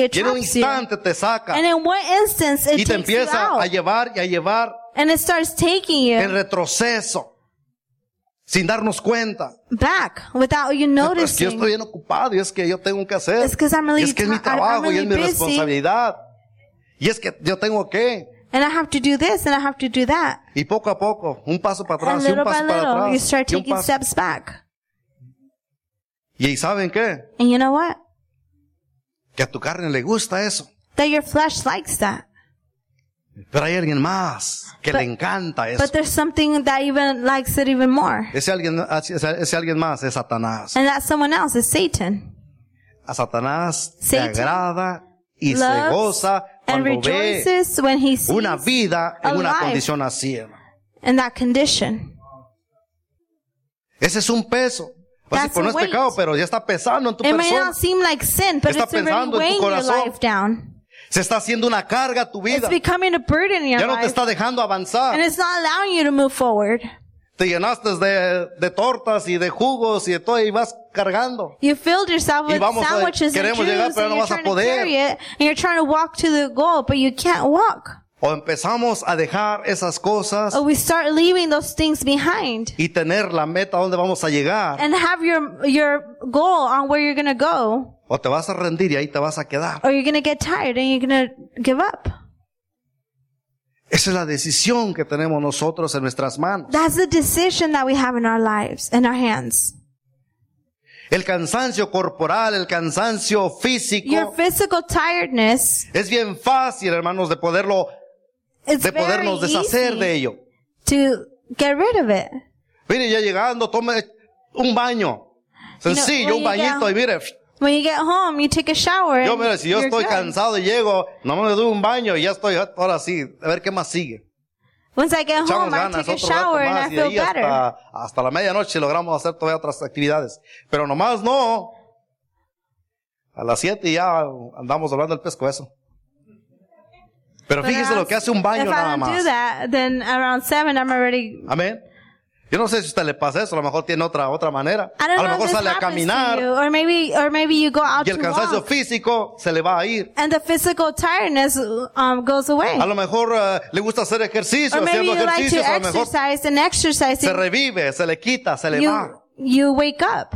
Speaker 1: Y en un
Speaker 2: attracts you.
Speaker 1: instante te saca
Speaker 2: And in one instance,
Speaker 1: y
Speaker 2: it
Speaker 1: te
Speaker 2: takes you
Speaker 1: empieza a
Speaker 2: out.
Speaker 1: llevar y a llevar
Speaker 2: And it starts taking
Speaker 1: en
Speaker 2: you
Speaker 1: retroceso sin darnos cuenta.
Speaker 2: back without you
Speaker 1: No, pero es que yo estoy
Speaker 2: noticing.
Speaker 1: bien ocupado y es que yo tengo que hacer.
Speaker 2: It's 'cause I'm really
Speaker 1: y es que es mi
Speaker 2: ti- I'm
Speaker 1: trabajo y es
Speaker 2: really
Speaker 1: mi
Speaker 2: busy.
Speaker 1: responsabilidad. Y es que yo tengo que.
Speaker 2: And I have to do this and I have to do that.
Speaker 1: Y poco a poco, un paso para atrás
Speaker 2: And
Speaker 1: y un
Speaker 2: little by
Speaker 1: paso para
Speaker 2: little, you
Speaker 1: atrás.
Speaker 2: start
Speaker 1: Y, un
Speaker 2: taking
Speaker 1: paso.
Speaker 2: steps back.
Speaker 1: y ¿saben qué?
Speaker 2: And you know what?
Speaker 1: Que a tu carne le gusta eso.
Speaker 2: That your flesh likes that.
Speaker 1: Pero hay alguien más que
Speaker 2: But-
Speaker 1: le encanta eso.
Speaker 2: But there's something that even likes it even more.
Speaker 1: Ese alguien, ah, ese ese alguien más es Satanás.
Speaker 2: And that someone else is Satan.
Speaker 1: A Satanás se
Speaker 2: Satan
Speaker 1: agrada y se
Speaker 2: loves
Speaker 1: goza
Speaker 2: And
Speaker 1: cuando ve
Speaker 2: rejoices when he sees
Speaker 1: una vida en
Speaker 2: a
Speaker 1: una
Speaker 2: life.
Speaker 1: condición así. hermano.
Speaker 2: in that condition.
Speaker 1: Ese es un peso. Pues, sí,
Speaker 2: That's
Speaker 1: pues no
Speaker 2: a
Speaker 1: es
Speaker 2: weight.
Speaker 1: pecado, pero ya está pesando en tu
Speaker 2: It may
Speaker 1: persona.
Speaker 2: not seem like sin, but
Speaker 1: Está
Speaker 2: it's already
Speaker 1: pesando en tu
Speaker 2: weighing your
Speaker 1: corazón.
Speaker 2: life down.
Speaker 1: Se está haciendo una carga a tu vida.
Speaker 2: It's becoming a burden in your
Speaker 1: Ya no te
Speaker 2: life.
Speaker 1: está dejando
Speaker 2: And
Speaker 1: avanzar.
Speaker 2: it's not allowing you to move forward.
Speaker 1: Te llenaste de, de tortas y de jugos y de todo y vas cargando.
Speaker 2: You filled yourself
Speaker 1: Y
Speaker 2: with
Speaker 1: vamos a-
Speaker 2: sandwiches and
Speaker 1: queremos
Speaker 2: juice,
Speaker 1: llegar, pero
Speaker 2: and
Speaker 1: no
Speaker 2: you're
Speaker 1: vas a
Speaker 2: trying to
Speaker 1: poder.
Speaker 2: carry it, and you're trying to walk to the goal, but you can't walk.
Speaker 1: O empezamos a dejar esas cosas
Speaker 2: Or we start leaving those things behind
Speaker 1: y tener la meta donde vamos a llegar.
Speaker 2: and have your your goal on where you're gonna go,
Speaker 1: O te vas a rendir y ahí te vas a quedar.
Speaker 2: or you're gonna get tired and you're gonna give up.
Speaker 1: Esa es la decisión que tenemos nosotros en nuestras manos.
Speaker 2: That's the decision that we have in our lives, in our hands.
Speaker 1: El cansancio corporal, el cansancio
Speaker 2: Your
Speaker 1: físico.
Speaker 2: physical tiredness,
Speaker 1: Es bien fácil, hermanos, de poderlo,
Speaker 2: it's
Speaker 1: de
Speaker 2: very
Speaker 1: podernos deshacer de
Speaker 2: easy
Speaker 1: ello.
Speaker 2: to get rid of it.
Speaker 1: Mire, ya llegando, tome un baño. Sencillo,
Speaker 2: No,
Speaker 1: un
Speaker 2: oye, ya.
Speaker 1: bañito y mire,
Speaker 2: When you get home, you take a shower.
Speaker 1: yo
Speaker 2: and
Speaker 1: mire, si yo
Speaker 2: you're
Speaker 1: estoy
Speaker 2: good.
Speaker 1: cansado y llego, no me doy un baño y ya estoy, ahora sí, a ver qué más sigue.
Speaker 2: Once I get
Speaker 1: Oh, Echamos
Speaker 2: home, I
Speaker 1: ganas,
Speaker 2: take a
Speaker 1: otro rato
Speaker 2: shower and I
Speaker 1: más y de
Speaker 2: feel
Speaker 1: ahí hasta,
Speaker 2: better.
Speaker 1: hasta la medianoche logramos hacer todavía otras actividades. Pero nomás no. A las 7 ya andamos hablando del pescuezo. Pero
Speaker 2: But
Speaker 1: fíjese
Speaker 2: around-
Speaker 1: lo que hace un baño
Speaker 2: if I
Speaker 1: nada
Speaker 2: don't
Speaker 1: más.
Speaker 2: do that, then around seven, I'm already.
Speaker 1: Amén. Yo no sé si a usted le pasa eso, a lo mejor tiene otra, otra manera.
Speaker 2: I don't
Speaker 1: A lo
Speaker 2: know if
Speaker 1: mejor
Speaker 2: this
Speaker 1: sale a
Speaker 2: happens to you,
Speaker 1: caminar
Speaker 2: or maybe, or maybe you go out
Speaker 1: y el
Speaker 2: to
Speaker 1: cansancio
Speaker 2: walk,
Speaker 1: físico se le va a ir.
Speaker 2: and the physical tiredness um, goes away.
Speaker 1: A lo mejor eh, le gusta hacer ejercicio,
Speaker 2: Or maybe
Speaker 1: haciendo
Speaker 2: you like to
Speaker 1: ejercicios, a lo mejor
Speaker 2: exercise and exercise,
Speaker 1: se
Speaker 2: and
Speaker 1: revive, se le quita, se le
Speaker 2: you
Speaker 1: va.
Speaker 2: you wake up,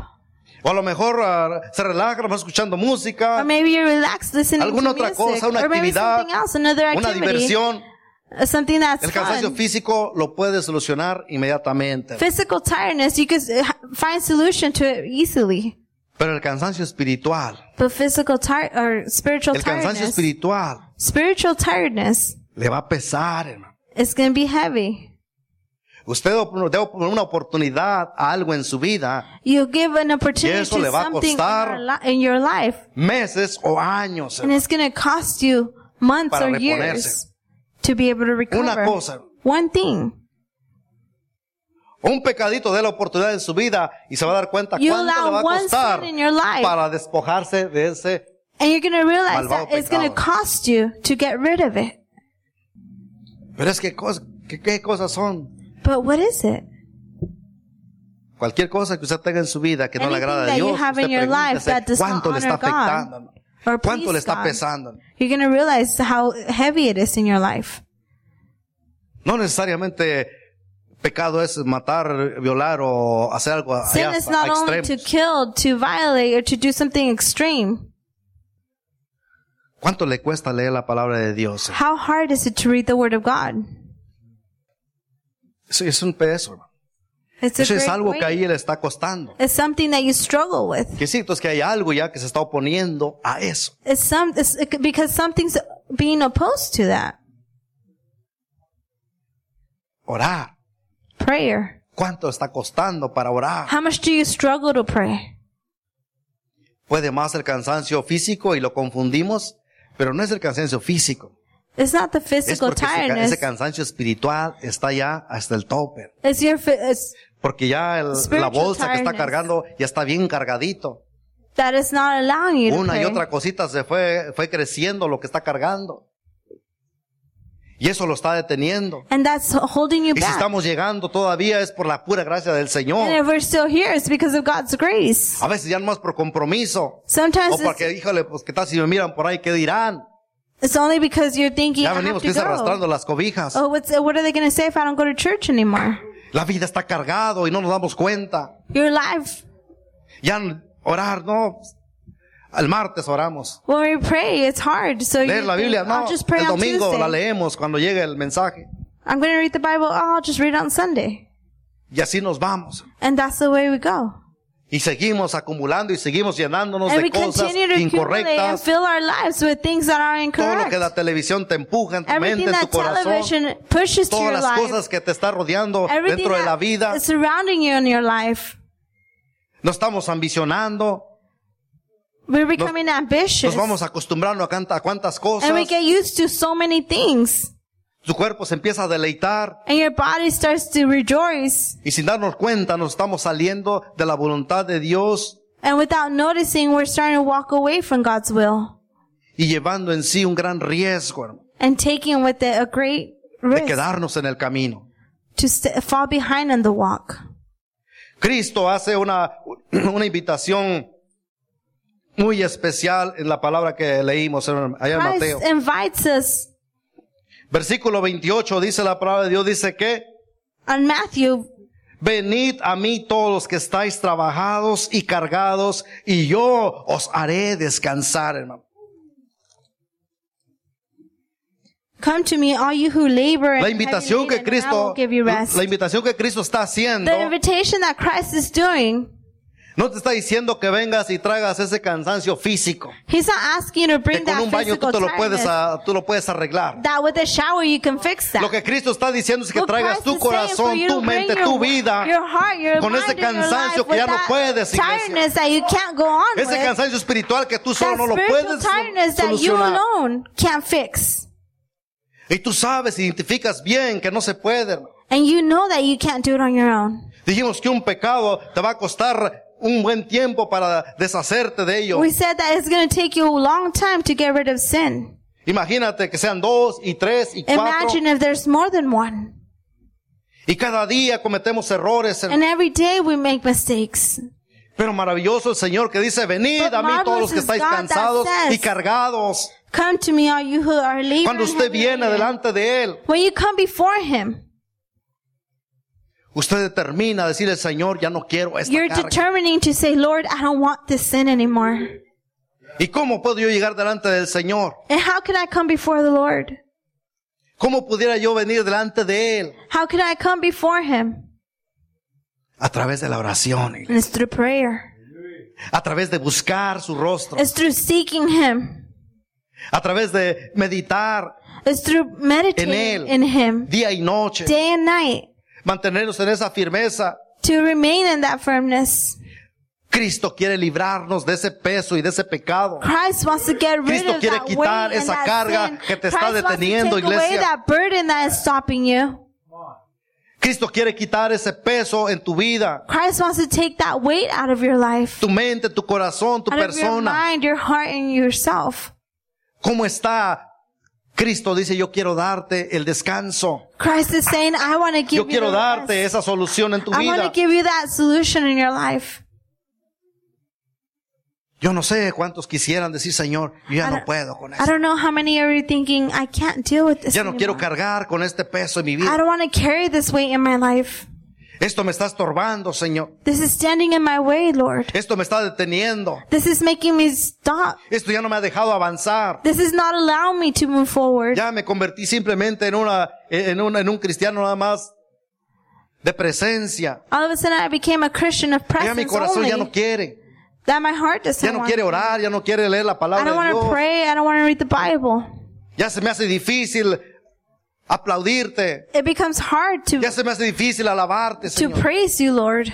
Speaker 1: O a lo mejor eh, se relaja, a lo mejor escuchando música,
Speaker 2: or maybe you're relaxed listening
Speaker 1: alguna
Speaker 2: to
Speaker 1: otra
Speaker 2: music,
Speaker 1: cosa, una
Speaker 2: or maybe
Speaker 1: actividad,
Speaker 2: something else, another
Speaker 1: una
Speaker 2: activity,
Speaker 1: diversión.
Speaker 2: uh, something that's
Speaker 1: El cansancio
Speaker 2: fun.
Speaker 1: físico lo puede solucionar inmediatamente.
Speaker 2: Physical tiredness, you can uh, find solution to it easily.
Speaker 1: Pero el cansancio espiritual,
Speaker 2: But physical tired or spiritual
Speaker 1: el cansancio
Speaker 2: tiredness,
Speaker 1: espiritual
Speaker 2: spiritual tiredness
Speaker 1: le va a pesar, hermano.
Speaker 2: is going to be heavy.
Speaker 1: Usted op- debe poner una oportunidad a algo en su vida,
Speaker 2: You give an opportunity to
Speaker 1: eso le va a
Speaker 2: something in,
Speaker 1: costar
Speaker 2: our li- in your life,
Speaker 1: meses o años.
Speaker 2: and
Speaker 1: hermano.
Speaker 2: it's going to cost you months
Speaker 1: Para
Speaker 2: or
Speaker 1: reponerse.
Speaker 2: years to be able to recover.
Speaker 1: Una cosa,
Speaker 2: One thing.
Speaker 1: un pecadito de la oportunidad en su vida y se va a dar cuenta
Speaker 2: You
Speaker 1: cuánto le va a
Speaker 2: allow one
Speaker 1: costar
Speaker 2: sin in your life.
Speaker 1: para despojarse de ese
Speaker 2: And you're going to realize
Speaker 1: Malvado
Speaker 2: that it's going
Speaker 1: pecado.
Speaker 2: to cost you to get rid of it.
Speaker 1: Pero es que cos- que- qué cosas son.
Speaker 2: But what is it?
Speaker 1: Cualquier cosa que usted tenga en su vida que no le
Speaker 2: Anything
Speaker 1: agrada a
Speaker 2: that you
Speaker 1: Dios,
Speaker 2: have
Speaker 1: usted
Speaker 2: in your life
Speaker 1: pregúntese
Speaker 2: that does not
Speaker 1: cuánto le está
Speaker 2: honor God
Speaker 1: afectando, hermano?
Speaker 2: or
Speaker 1: cuánto le
Speaker 2: please
Speaker 1: está
Speaker 2: God,
Speaker 1: pesando. hermano?
Speaker 2: You're going to realize how heavy it is in your life.
Speaker 1: No necesariamente pecado es matar, violar o hacer algo allá
Speaker 2: Sin is
Speaker 1: hasta- a
Speaker 2: not only
Speaker 1: extremos.
Speaker 2: to kill, to violate, or to do something extreme.
Speaker 1: ¿Cuánto le cuesta leer la palabra de Dios?
Speaker 2: How hard is it to read the Word of God?
Speaker 1: Eso es un peso, hermano.
Speaker 2: It's a
Speaker 1: Eso es
Speaker 2: great
Speaker 1: algo que
Speaker 2: weight.
Speaker 1: ahí le está costando.
Speaker 2: It's something that you struggle with.
Speaker 1: Que cierto es que hay algo ya que se está oponiendo a eso.
Speaker 2: It's some it's, it, could- because something's being opposed to that
Speaker 1: Orar.
Speaker 2: prayer.
Speaker 1: ¿Cuánto está costando para orar?
Speaker 2: How much do you struggle to pray?
Speaker 1: Puede más el cansancio físico y lo confundimos, pero no es el cansancio físico.
Speaker 2: It's not the
Speaker 1: Es
Speaker 2: physical
Speaker 1: porque ese ca-
Speaker 2: tiredness.
Speaker 1: ese cansancio espiritual está ya hasta el tope.
Speaker 2: It's your fi- it's,
Speaker 1: Porque ya el- la
Speaker 2: Spiritual
Speaker 1: bolsa que está
Speaker 2: tiredness.
Speaker 1: cargando ya está bien cargadito.
Speaker 2: that is not allowing you to
Speaker 1: Una y
Speaker 2: pray.
Speaker 1: otra cosita se fue, fue creciendo lo que está cargando. Y eso lo está deteniendo.
Speaker 2: And that's holding you
Speaker 1: Y si
Speaker 2: back.
Speaker 1: estamos llegando todavía es por la pura gracia del
Speaker 2: And
Speaker 1: Señor.
Speaker 2: if we're still here, it's because of God's grace.
Speaker 1: A veces ya más por compromiso.
Speaker 2: Sometimes
Speaker 1: O
Speaker 2: it's,
Speaker 1: Oh, porque, híjole, pues que tal si me miran por ahí, ¿qué dirán?
Speaker 2: it's only because you're thinking,
Speaker 1: Ya
Speaker 2: I have
Speaker 1: venimos
Speaker 2: to
Speaker 1: que
Speaker 2: go.
Speaker 1: arrastrando las cobijas.
Speaker 2: Oh, what's, what are they going to say if I don't go to church anymore?
Speaker 1: La vida está cargado y no nos damos cuenta.
Speaker 2: Your life,
Speaker 1: Ya n- orar, no. Al martes oramos.
Speaker 2: when we pray, it's hard. So you
Speaker 1: Leer la
Speaker 2: think,
Speaker 1: Biblia, no.
Speaker 2: I'll just pray
Speaker 1: El
Speaker 2: on
Speaker 1: domingo la
Speaker 2: Tuesday.
Speaker 1: leemos cuando llegue el mensaje.
Speaker 2: I'm going to read the Bible. Oh, I'll just read it on Sunday.
Speaker 1: Y así nos vamos.
Speaker 2: And that's the way we go.
Speaker 1: Y seguimos acumulando y seguimos llenándonos
Speaker 2: And
Speaker 1: de
Speaker 2: we
Speaker 1: cosas
Speaker 2: continue to accumulate and
Speaker 1: incorrectas.
Speaker 2: fill our lives with things that are
Speaker 1: Todo lo que
Speaker 2: incorrect.
Speaker 1: la televisión te empuja en tu
Speaker 2: Everything
Speaker 1: mente, en tu
Speaker 2: that
Speaker 1: corazón.
Speaker 2: television pushes to
Speaker 1: Todas
Speaker 2: your
Speaker 1: las
Speaker 2: life.
Speaker 1: cosas que te está rodeando
Speaker 2: Everything
Speaker 1: dentro de la
Speaker 2: that
Speaker 1: vida.
Speaker 2: is surrounding you in your life.
Speaker 1: No estamos ambicionando.
Speaker 2: We're becoming ambitious.
Speaker 1: Nos vamos acostumbrando a, canta- a cuantas cosas.
Speaker 2: And we get used to so many things.
Speaker 1: Tu cuerpo se empieza a deleitar.
Speaker 2: And your body starts to rejoice.
Speaker 1: Y sin darnos cuenta nos estamos saliendo de la voluntad de Dios
Speaker 2: And without noticing, we're starting to walk away from God's will
Speaker 1: y llevando en sí un gran riesgo hermano,
Speaker 2: and taking with it a great
Speaker 1: de
Speaker 2: risk
Speaker 1: quedarnos en el camino.
Speaker 2: to st- fall behind on the walk.
Speaker 1: Cristo hace una, una invitación muy especial en la palabra que leímos hermano, allá en Mateo.
Speaker 2: Christ invites us
Speaker 1: Versículo 28 dice la palabra de Dios, dice que
Speaker 2: on Matthew
Speaker 1: venid a mí todos los que estáis trabajados y cargados y yo os haré descansar, hermano.
Speaker 2: Come to me, all you who labor and
Speaker 1: La
Speaker 2: are heavy
Speaker 1: invitación que
Speaker 2: laden, and I
Speaker 1: Cristo,
Speaker 2: will give you rest.
Speaker 1: la invitación que Cristo está haciendo
Speaker 2: The invitation that Christ is doing,
Speaker 1: No te está diciendo que vengas y tragas ese cansancio físico.
Speaker 2: He's not asking you to
Speaker 1: Que
Speaker 2: bring
Speaker 1: con
Speaker 2: that
Speaker 1: un baño tú
Speaker 2: physical
Speaker 1: te lo puedes,
Speaker 2: tiredness,
Speaker 1: ah, tú lo puedes arreglar.
Speaker 2: that with a shower you can fix that.
Speaker 1: Lo que Cristo está diciendo es que
Speaker 2: What
Speaker 1: traigas
Speaker 2: Christ
Speaker 1: tu
Speaker 2: is saying for
Speaker 1: corazón,
Speaker 2: you to
Speaker 1: tu
Speaker 2: bring
Speaker 1: mente,
Speaker 2: your-
Speaker 1: tu vida.
Speaker 2: your heart, your
Speaker 1: con ese
Speaker 2: mind and your
Speaker 1: cansancio
Speaker 2: life
Speaker 1: que ya
Speaker 2: with
Speaker 1: no
Speaker 2: that
Speaker 1: puedes, iglesia.
Speaker 2: tiredness that you can't go on
Speaker 1: Ese
Speaker 2: with,
Speaker 1: cansancio espiritual que tú solo
Speaker 2: that
Speaker 1: no lo
Speaker 2: spiritual
Speaker 1: puedes
Speaker 2: tiredness that you
Speaker 1: solucionar.
Speaker 2: alone can't fix.
Speaker 1: Y tú sabes, identificas bien que no se puede. hermano.
Speaker 2: And you know that you can't do it on your own.
Speaker 1: Dijimos que un pecado te va a costar un buen tiempo para deshacerte de ello.
Speaker 2: We said that it's going to take you a long time to get rid of sin.
Speaker 1: Imagínate que sean dos y tres y cuatro.
Speaker 2: Imagine if there's more than one.
Speaker 1: Y cada día cometemos errores. hermano.
Speaker 2: And every day we make mistakes.
Speaker 1: Pero maravilloso el Señor que dice, venid
Speaker 2: But
Speaker 1: a mí todos los
Speaker 2: marvelous
Speaker 1: que
Speaker 2: is
Speaker 1: estáis
Speaker 2: God that
Speaker 1: cansados
Speaker 2: says-
Speaker 1: y cargados.
Speaker 2: Come to me, all you who are laboring.
Speaker 1: Cuando usted
Speaker 2: and heavy
Speaker 1: viene
Speaker 2: laden.
Speaker 1: delante de Él,
Speaker 2: When you come before Him,
Speaker 1: usted determina decirle, Señor, ya no quiero esta
Speaker 2: you're
Speaker 1: carga.
Speaker 2: determining to say, Lord, I don't want this sin anymore.
Speaker 1: ¿Y cómo puedo yo llegar delante del Señor?
Speaker 2: And how can I come before the Lord?
Speaker 1: ¿Cómo pudiera yo venir delante de Él?
Speaker 2: How can I come before Him?
Speaker 1: A través de la oración,
Speaker 2: And it's through prayer.
Speaker 1: a través de buscar su rostro,
Speaker 2: It's through seeking Him.
Speaker 1: a través de meditar
Speaker 2: It's through
Speaker 1: En
Speaker 2: meditating
Speaker 1: él.
Speaker 2: in Him
Speaker 1: día y noche,
Speaker 2: day and night
Speaker 1: mantenernos en esa firmeza.
Speaker 2: to remain in that firmness.
Speaker 1: Cristo quiere librarnos de ese peso y de ese pecado.
Speaker 2: Christ wants to get rid
Speaker 1: Cristo
Speaker 2: of
Speaker 1: quiere
Speaker 2: that weight
Speaker 1: quitar
Speaker 2: and
Speaker 1: esa
Speaker 2: that
Speaker 1: carga
Speaker 2: sin.
Speaker 1: que te está
Speaker 2: Christ wants to take
Speaker 1: deteniendo,
Speaker 2: away
Speaker 1: iglesia.
Speaker 2: that burden that is stopping you.
Speaker 1: Cristo quiere quitar ese peso en tu vida,
Speaker 2: Christ wants to take that weight out of your life,
Speaker 1: tu mente, tu corazón, tu
Speaker 2: out of your
Speaker 1: persona.
Speaker 2: mind, your heart, and yourself.
Speaker 1: ¿Cómo está Cristo dice, yo quiero darte el descanso.
Speaker 2: Christ is saying, I want to
Speaker 1: Yo
Speaker 2: give you
Speaker 1: quiero
Speaker 2: the
Speaker 1: darte
Speaker 2: rest.
Speaker 1: esa solución en tu
Speaker 2: I want
Speaker 1: vida.
Speaker 2: to give you that solution in your life.
Speaker 1: Yo no sé cuántos quisieran decir, Señor, yo ya
Speaker 2: I
Speaker 1: no
Speaker 2: don't-
Speaker 1: puedo con
Speaker 2: I
Speaker 1: esto.
Speaker 2: don't know how many are you thinking, I can't deal with this
Speaker 1: Ya no quiero
Speaker 2: anymore.
Speaker 1: cargar con este peso en mi
Speaker 2: I
Speaker 1: vida.
Speaker 2: don't want to carry this weight in my life.
Speaker 1: Esto me está estorbando, Señor.
Speaker 2: This is standing in my way, Lord.
Speaker 1: Esto me está deteniendo.
Speaker 2: This is making me stop.
Speaker 1: Esto ya no me ha dejado avanzar.
Speaker 2: This is not allowing me to move forward.
Speaker 1: Ya me convertí simplemente en una, en un, en un cristiano nada más de presencia.
Speaker 2: All of a sudden, I became a Christian of
Speaker 1: Ya mi
Speaker 2: presence
Speaker 1: corazón
Speaker 2: only.
Speaker 1: ya no quiere.
Speaker 2: that my heart doesn't
Speaker 1: Ya no
Speaker 2: want.
Speaker 1: quiere orar, ya no quiere leer la
Speaker 2: I
Speaker 1: palabra
Speaker 2: don't
Speaker 1: de
Speaker 2: want to
Speaker 1: Dios.
Speaker 2: pray. I don't want to read the Bible.
Speaker 1: Ya se me hace difícil aplaudirte.
Speaker 2: It becomes hard to
Speaker 1: Ya se me hace difícil alabarte,
Speaker 2: to
Speaker 1: Señor.
Speaker 2: praise you, Lord.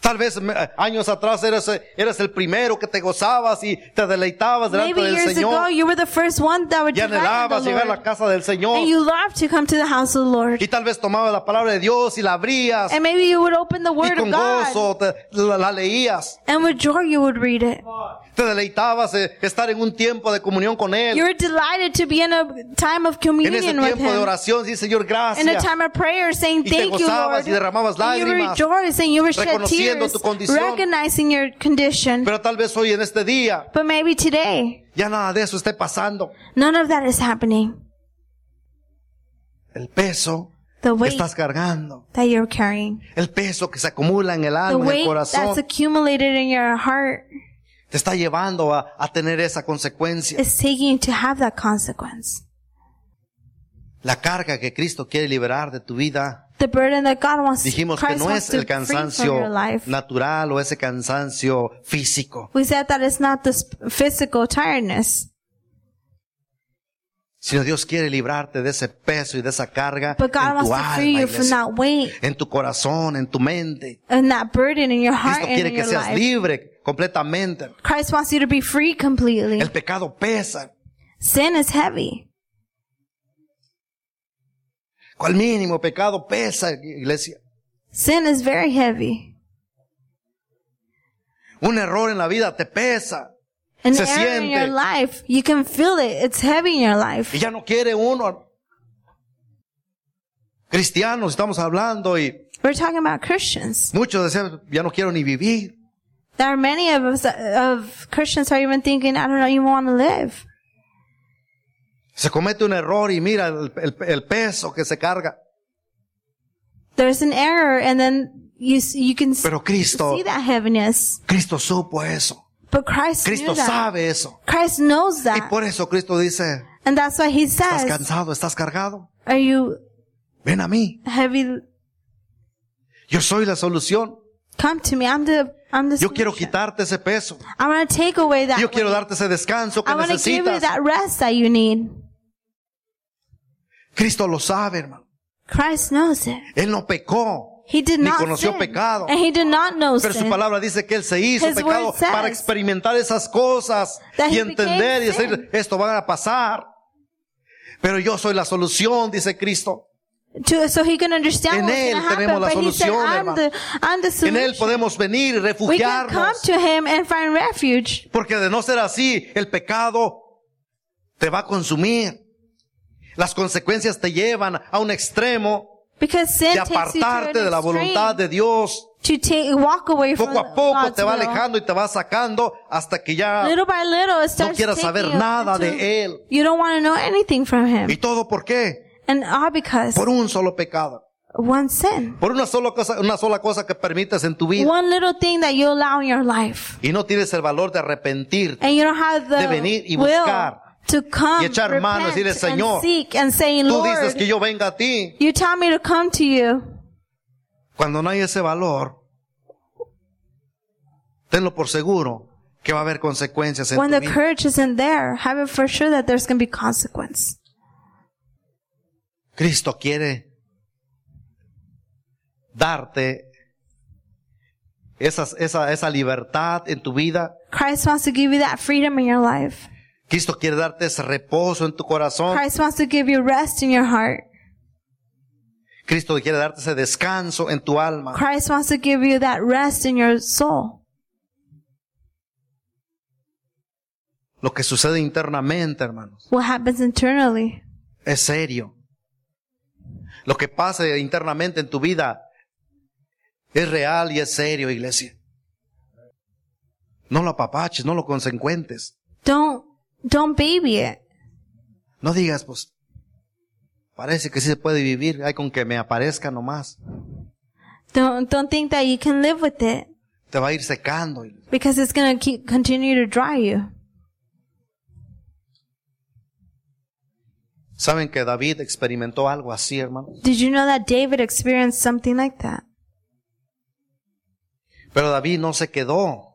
Speaker 1: Tal vez me- años atrás eras, eras el primero que te gozabas y te deleitabas delante
Speaker 2: Maybe
Speaker 1: del
Speaker 2: years ago,
Speaker 1: Señor.
Speaker 2: you were the first one that would
Speaker 1: Y
Speaker 2: delight
Speaker 1: anhelabas
Speaker 2: in the
Speaker 1: llegar a
Speaker 2: Lord.
Speaker 1: la casa del Señor.
Speaker 2: And you loved to come to the house of the Lord.
Speaker 1: Y tal vez tomabas la palabra de Dios y la abrías.
Speaker 2: And maybe you would open the
Speaker 1: Y
Speaker 2: Word
Speaker 1: con
Speaker 2: of God.
Speaker 1: gozo te- la, la leías.
Speaker 2: And with joy, you would read it.
Speaker 1: Te deleitabas de estar en un tiempo de comunión con
Speaker 2: You
Speaker 1: Él.
Speaker 2: were delighted to be in a time
Speaker 1: En
Speaker 2: of
Speaker 1: ese
Speaker 2: communion with
Speaker 1: tiempo de
Speaker 2: Him.
Speaker 1: oración, sí, Señor,
Speaker 2: In a
Speaker 1: gracias.
Speaker 2: time of prayer, saying
Speaker 1: Y te
Speaker 2: thank you,
Speaker 1: gozabas
Speaker 2: Lord.
Speaker 1: y derramabas
Speaker 2: And you
Speaker 1: lágrimas,
Speaker 2: rejoiced and you would shed
Speaker 1: reconociendo
Speaker 2: tears,
Speaker 1: tu condición.
Speaker 2: recognizing your condition.
Speaker 1: Pero tal vez hoy en este día
Speaker 2: But maybe today,
Speaker 1: ya nada de eso esté pasando.
Speaker 2: none of that is happening.
Speaker 1: El peso
Speaker 2: The
Speaker 1: que
Speaker 2: weight
Speaker 1: estás cargando.
Speaker 2: that you're carrying,
Speaker 1: El peso que se acumula en el
Speaker 2: the
Speaker 1: alma, en el
Speaker 2: weight that's
Speaker 1: corazón,
Speaker 2: accumulated in your heart
Speaker 1: te está llevando a, a tener esa consecuencia.
Speaker 2: is taking you to have that consequence.
Speaker 1: La carga que Cristo quiere liberar de tu vida.
Speaker 2: The burden that God wants,
Speaker 1: Dijimos que
Speaker 2: Christ
Speaker 1: no
Speaker 2: wants
Speaker 1: es
Speaker 2: to
Speaker 1: el
Speaker 2: free from
Speaker 1: cansancio
Speaker 2: your life.
Speaker 1: natural o ese cansancio físico,
Speaker 2: We said that it's not this physical tiredness,
Speaker 1: sino Dios quiere librarte de ese peso y de esa carga
Speaker 2: but God
Speaker 1: en
Speaker 2: wants
Speaker 1: tu
Speaker 2: to
Speaker 1: alma,
Speaker 2: free you from
Speaker 1: iglesia,
Speaker 2: that weight
Speaker 1: en tu corazón, en tu mente.
Speaker 2: and that burden in your heart
Speaker 1: Cristo
Speaker 2: and
Speaker 1: quiere
Speaker 2: in
Speaker 1: que
Speaker 2: your
Speaker 1: seas
Speaker 2: life.
Speaker 1: libre completamente.
Speaker 2: Christ wants you to be free completely.
Speaker 1: El pecado pesa.
Speaker 2: Sin is heavy.
Speaker 1: Cual mínimo pecado pesa, iglesia.
Speaker 2: Sin is very heavy.
Speaker 1: Un error en la vida te pesa.
Speaker 2: An
Speaker 1: Se
Speaker 2: error in your
Speaker 1: siente.
Speaker 2: life, you can feel it. It's heavy in your
Speaker 1: Y
Speaker 2: life.
Speaker 1: ya no quiere uno. Cristianos, estamos hablando y
Speaker 2: We're talking about Christians.
Speaker 1: muchos decían, ya no quiero ni vivir.
Speaker 2: There are many of us, of Christians are even thinking, I don't know, you want to live.
Speaker 1: Se comete un error y mira el, el- el peso que se carga.
Speaker 2: There's an error and then you, s- you can s-
Speaker 1: Pero Cristo,
Speaker 2: see that heaviness.
Speaker 1: Cristo supo eso.
Speaker 2: But Christ
Speaker 1: Cristo
Speaker 2: knew that.
Speaker 1: sabe eso.
Speaker 2: Christ knows
Speaker 1: Y
Speaker 2: that.
Speaker 1: por eso Cristo dice,
Speaker 2: And that's why he
Speaker 1: estás
Speaker 2: says,
Speaker 1: cansado, estás cargado.
Speaker 2: are you
Speaker 1: Ven a mí.
Speaker 2: heavy?
Speaker 1: Yo soy la solución.
Speaker 2: Come to me. I'm the, I'm the
Speaker 1: Yo quiero
Speaker 2: solution.
Speaker 1: quitarte ese peso.
Speaker 2: I want to take away that
Speaker 1: Yo quiero
Speaker 2: weight.
Speaker 1: darte ese descanso que
Speaker 2: I want to give you
Speaker 1: necesitas.
Speaker 2: that rest that you need.
Speaker 1: Cristo lo sabe, hermano.
Speaker 2: Christ knows it.
Speaker 1: Él no pecó.
Speaker 2: He did
Speaker 1: Ni
Speaker 2: not
Speaker 1: conoció
Speaker 2: sin.
Speaker 1: pecado.
Speaker 2: And he did not know
Speaker 1: Pero su
Speaker 2: sin.
Speaker 1: palabra dice que Él se hizo
Speaker 2: His
Speaker 1: pecado
Speaker 2: word says
Speaker 1: para experimentar esas cosas
Speaker 2: that
Speaker 1: y
Speaker 2: he
Speaker 1: entender y
Speaker 2: became
Speaker 1: decir, esto va a pasar. Pero yo soy la solución, dice Cristo.
Speaker 2: To- so he can understand
Speaker 1: En
Speaker 2: what's
Speaker 1: él
Speaker 2: going to happen.
Speaker 1: tenemos la
Speaker 2: But he said,
Speaker 1: solución,
Speaker 2: I'm
Speaker 1: hermano.
Speaker 2: the, I'm the
Speaker 1: En Él
Speaker 2: solution.
Speaker 1: podemos venir y
Speaker 2: we can come
Speaker 1: refugiarnos.
Speaker 2: to him and find refuge.
Speaker 1: Porque de no ser así, el pecado te va a consumir. Las consecuencias te llevan a un extremo
Speaker 2: Because sin
Speaker 1: de
Speaker 2: takes you to an
Speaker 1: apartarte de la voluntad
Speaker 2: extreme
Speaker 1: de Dios.
Speaker 2: to take, walk away from
Speaker 1: Poco a poco
Speaker 2: God's
Speaker 1: te va
Speaker 2: will.
Speaker 1: alejando y te va sacando hasta que ya
Speaker 2: Little by little, it starts
Speaker 1: quieras
Speaker 2: taking
Speaker 1: saber
Speaker 2: you
Speaker 1: nada
Speaker 2: into-
Speaker 1: de él.
Speaker 2: You don't want to know anything from him.
Speaker 1: ¿Y todo por qué?
Speaker 2: and all because
Speaker 1: Por un solo pecado.
Speaker 2: one sin.
Speaker 1: Por una sola cosa, una sola cosa que permites en tu vida.
Speaker 2: One little thing that you allow in your life.
Speaker 1: Y no tienes el valor de arrepentirte.
Speaker 2: And you don't have the
Speaker 1: De venir y
Speaker 2: will
Speaker 1: buscar.
Speaker 2: to come,
Speaker 1: Y echar mano,
Speaker 2: repent,
Speaker 1: decirle, "Señor,
Speaker 2: and seek and saying,
Speaker 1: Tú
Speaker 2: Lord,
Speaker 1: dices que yo venga a ti.
Speaker 2: you tell me to come to you.
Speaker 1: Cuando no hay ese valor, tenlo por seguro que va a haber consecuencias en
Speaker 2: When
Speaker 1: tu
Speaker 2: the
Speaker 1: vida.
Speaker 2: courage isn't there, have it for sure that there's going to be consequence.
Speaker 1: Cristo quiere darte esas- esa, esa libertad en tu vida.
Speaker 2: Christ wants to give you that freedom in your life.
Speaker 1: Cristo quiere darte ese reposo en tu corazón.
Speaker 2: Christ wants to give you rest in your heart.
Speaker 1: Cristo quiere darte ese descanso en tu alma.
Speaker 2: Christ wants to give you that rest in your soul.
Speaker 1: Lo que sucede internamente, hermanos,
Speaker 2: What happens internally
Speaker 1: es serio. Lo que pasa internamente en tu vida es real y es serio, iglesia. No lo apapaches, no lo consecuentes.
Speaker 2: don't don't baby it.
Speaker 1: No digas, pues, parece que sí se puede vivir, hay con que me aparezca nomás.
Speaker 2: Don't don't think that you can live with it
Speaker 1: Te va a ir secando.
Speaker 2: because it's gonna keep continue to dry you.
Speaker 1: Saben que David experimentó algo así, hermano.
Speaker 2: Did you know that David experienced something like that?
Speaker 1: Pero David no se quedó.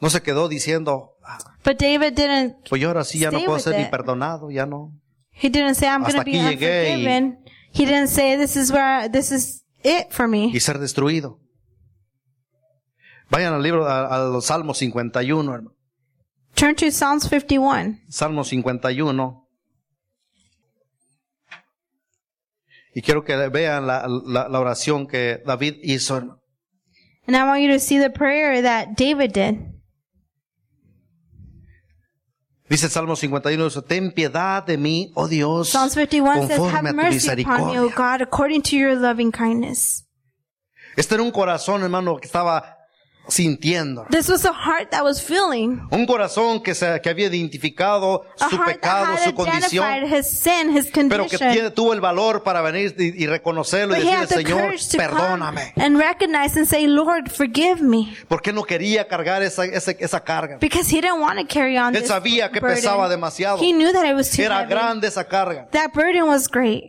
Speaker 1: No se quedó diciendo, "Ah,
Speaker 2: But David didn't.
Speaker 1: pues yo ahora sí ya no
Speaker 2: Stay
Speaker 1: puedo
Speaker 2: with
Speaker 1: ser ni
Speaker 2: it.
Speaker 1: perdonado, ya no.
Speaker 2: He didn't say I'm
Speaker 1: Hasta
Speaker 2: gonna be
Speaker 1: aquí llegué y-
Speaker 2: unforgiven. He didn't say this is where I- this is it for me.
Speaker 1: Y ser destruido. Vayan al libro, a, a los Salmos 51, hermano.
Speaker 2: Turn to Psalms 51.
Speaker 1: Salmo 51. Y quiero que vean la, la- la oración que David hizo, hermano.
Speaker 2: And I want you to see the prayer that David did.
Speaker 1: Dice el Salmo 51, dice, ten piedad de mí, oh Dios,
Speaker 2: Psalms 51 says,
Speaker 1: conforme
Speaker 2: Have
Speaker 1: a tu
Speaker 2: mercy upon me, O
Speaker 1: misericordia.
Speaker 2: God, according to your loving kindness.
Speaker 1: Este era un corazón, hermano, que estaba sintiendo.
Speaker 2: This was a heart that was feeling.
Speaker 1: Un corazón que, se, que había identificado
Speaker 2: A
Speaker 1: su
Speaker 2: heart
Speaker 1: pecado,
Speaker 2: that
Speaker 1: su
Speaker 2: had identified
Speaker 1: condición,
Speaker 2: his sin, his
Speaker 1: pero que tiene-
Speaker 2: condition.
Speaker 1: tuvo el valor para venir y, y reconocerlo y
Speaker 2: But he
Speaker 1: decirle,
Speaker 2: had the
Speaker 1: Señor,
Speaker 2: courage to come
Speaker 1: perdóname.
Speaker 2: and recognize and say, Lord, forgive me.
Speaker 1: Porque no quería cargar esa, esa, esa carga.
Speaker 2: Because he didn't want to carry on
Speaker 1: Él
Speaker 2: this
Speaker 1: sabía que
Speaker 2: burden.
Speaker 1: pesaba demasiado.
Speaker 2: He knew that it was too
Speaker 1: Era
Speaker 2: heavy.
Speaker 1: grande esa carga.
Speaker 2: That burden was great.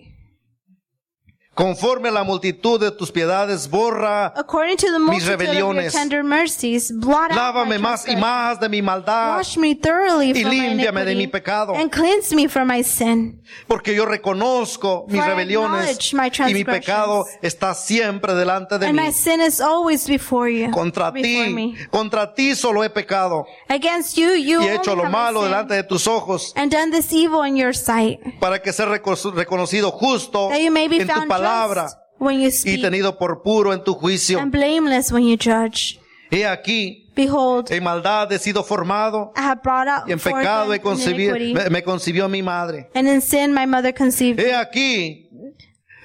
Speaker 1: Conforme a la multitud de tus piedades, borra,
Speaker 2: According to the multitude of your
Speaker 1: rebeliones.
Speaker 2: tender mercies, blot out my
Speaker 1: lávame más y
Speaker 2: transgressions.
Speaker 1: más de mi maldad,
Speaker 2: Wash me thoroughly
Speaker 1: Y
Speaker 2: from my
Speaker 1: límpiame de mi
Speaker 2: iniquity
Speaker 1: pecado.
Speaker 2: and cleanse me from my sin.
Speaker 1: porque yo reconozco mis
Speaker 2: I
Speaker 1: rebeliones
Speaker 2: acknowledge my
Speaker 1: y mi
Speaker 2: transgressions.
Speaker 1: pecado está siempre delante de
Speaker 2: And
Speaker 1: mí.
Speaker 2: my sin is always before you.
Speaker 1: Contra
Speaker 2: before
Speaker 1: ti,
Speaker 2: me.
Speaker 1: contra ti solo he pecado
Speaker 2: Against you, you
Speaker 1: y
Speaker 2: only
Speaker 1: he hecho lo
Speaker 2: have I
Speaker 1: malo
Speaker 2: sinned
Speaker 1: delante de tus ojos
Speaker 2: and done this evil in your sight,
Speaker 1: para que sea reco- reconocido justo
Speaker 2: that you may be
Speaker 1: en tu
Speaker 2: found
Speaker 1: palabra
Speaker 2: just when you
Speaker 1: y
Speaker 2: speak
Speaker 1: tenido por puro en tu juicio.
Speaker 2: and blameless when you judge.
Speaker 1: He aquí,
Speaker 2: Behold,
Speaker 1: en maldad he sido formado
Speaker 2: I have brought out
Speaker 1: Eh, y en
Speaker 2: forth
Speaker 1: pecado
Speaker 2: them
Speaker 1: he
Speaker 2: in
Speaker 1: concebido,
Speaker 2: iniquity,
Speaker 1: me, me concibió mi madre.
Speaker 2: and in sin my mother conceived.
Speaker 1: He aquí, tú,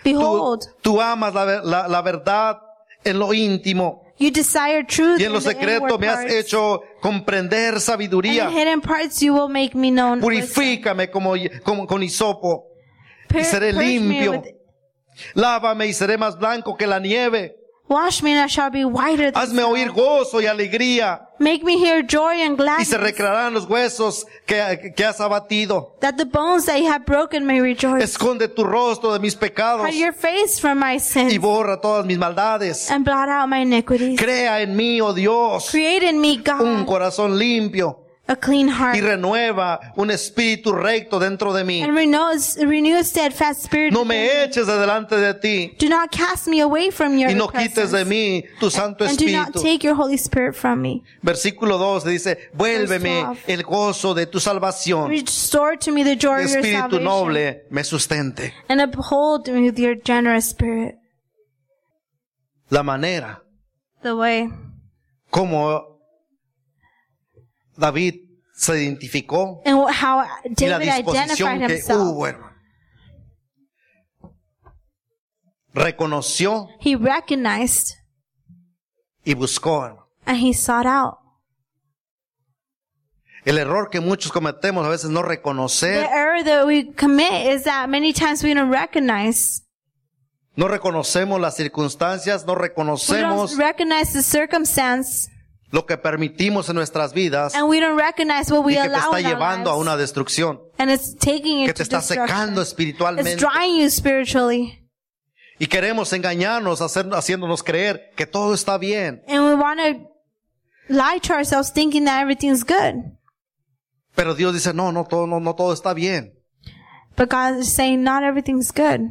Speaker 2: Behold,
Speaker 1: tú amas la, ver- la- la verdad en lo íntimo
Speaker 2: you desire truth
Speaker 1: y en
Speaker 2: in
Speaker 1: lo
Speaker 2: the inward
Speaker 1: secreto me has
Speaker 2: parts,
Speaker 1: hecho comprender
Speaker 2: and
Speaker 1: sabiduría.
Speaker 2: in hidden parts you will make me known. wisdom.
Speaker 1: Purifícame como, como con hisopo.
Speaker 2: Pur-
Speaker 1: seré
Speaker 2: purge me
Speaker 1: limpio.
Speaker 2: with-
Speaker 1: Lávame y seré más blanco que la nieve.
Speaker 2: Wash me and I shall be whiter than
Speaker 1: Hazme oír gozo y alegría
Speaker 2: Make me hear joy and
Speaker 1: y se
Speaker 2: gladness,
Speaker 1: recrearán los huesos que, que has abatido.
Speaker 2: that the bones that you have broken may rejoice.
Speaker 1: Esconde tu rostro de mis pecados
Speaker 2: Pues, Hide your face from my
Speaker 1: y
Speaker 2: sins
Speaker 1: borra todas mis maldades.
Speaker 2: and blot out my iniquities.
Speaker 1: Crea en mí, oh Dios,
Speaker 2: Create in me,
Speaker 1: un
Speaker 2: God,
Speaker 1: corazón limpio
Speaker 2: a clean heart
Speaker 1: y renueva un espíritu recto dentro de mí.
Speaker 2: and renew, renew a steadfast spirit.
Speaker 1: No
Speaker 2: within
Speaker 1: me eches de delante de ti
Speaker 2: me. Do not cast me away from your
Speaker 1: y no quites
Speaker 2: presence
Speaker 1: de mí tu santo
Speaker 2: and do not
Speaker 1: espíritu.
Speaker 2: take your Holy Spirit from me.
Speaker 1: Versículo 2 dice, vuélveme
Speaker 2: 12.
Speaker 1: el gozo de tu salvación.
Speaker 2: Restore to me the joy of your
Speaker 1: Espíritu
Speaker 2: salvation
Speaker 1: noble me sustente.
Speaker 2: and uphold me with your generous spirit.
Speaker 1: La manera
Speaker 2: The way
Speaker 1: como David se identificó
Speaker 2: and wh- how
Speaker 1: y la
Speaker 2: David identified
Speaker 1: disposición que
Speaker 2: himself.
Speaker 1: hubo, hermano. Reconoció
Speaker 2: He recognized
Speaker 1: y buscó, hermano.
Speaker 2: and he sought out.
Speaker 1: El error que muchos cometemos a veces no reconocer,
Speaker 2: The error that we commit is that many times we don't recognize.
Speaker 1: no reconocemos las circunstancias, no
Speaker 2: We
Speaker 1: reconocemos
Speaker 2: don't recognize the circumstance
Speaker 1: lo que permitimos en nuestras vidas
Speaker 2: and we don't recognize what
Speaker 1: y
Speaker 2: we
Speaker 1: que te
Speaker 2: allow
Speaker 1: está
Speaker 2: in our
Speaker 1: llevando a
Speaker 2: lives.
Speaker 1: una destrucción,
Speaker 2: and it's taking you
Speaker 1: que
Speaker 2: to
Speaker 1: te está secando
Speaker 2: destruction. It's
Speaker 1: espiritualmente
Speaker 2: drying you spiritually.
Speaker 1: y queremos engañarnos hacer- haciéndonos creer que todo está bien,
Speaker 2: And we want to lie to ourselves thinking that everything's good.
Speaker 1: pero Dios dice, "No, no todo no, no todo está bien."
Speaker 2: But God is saying not everything's good.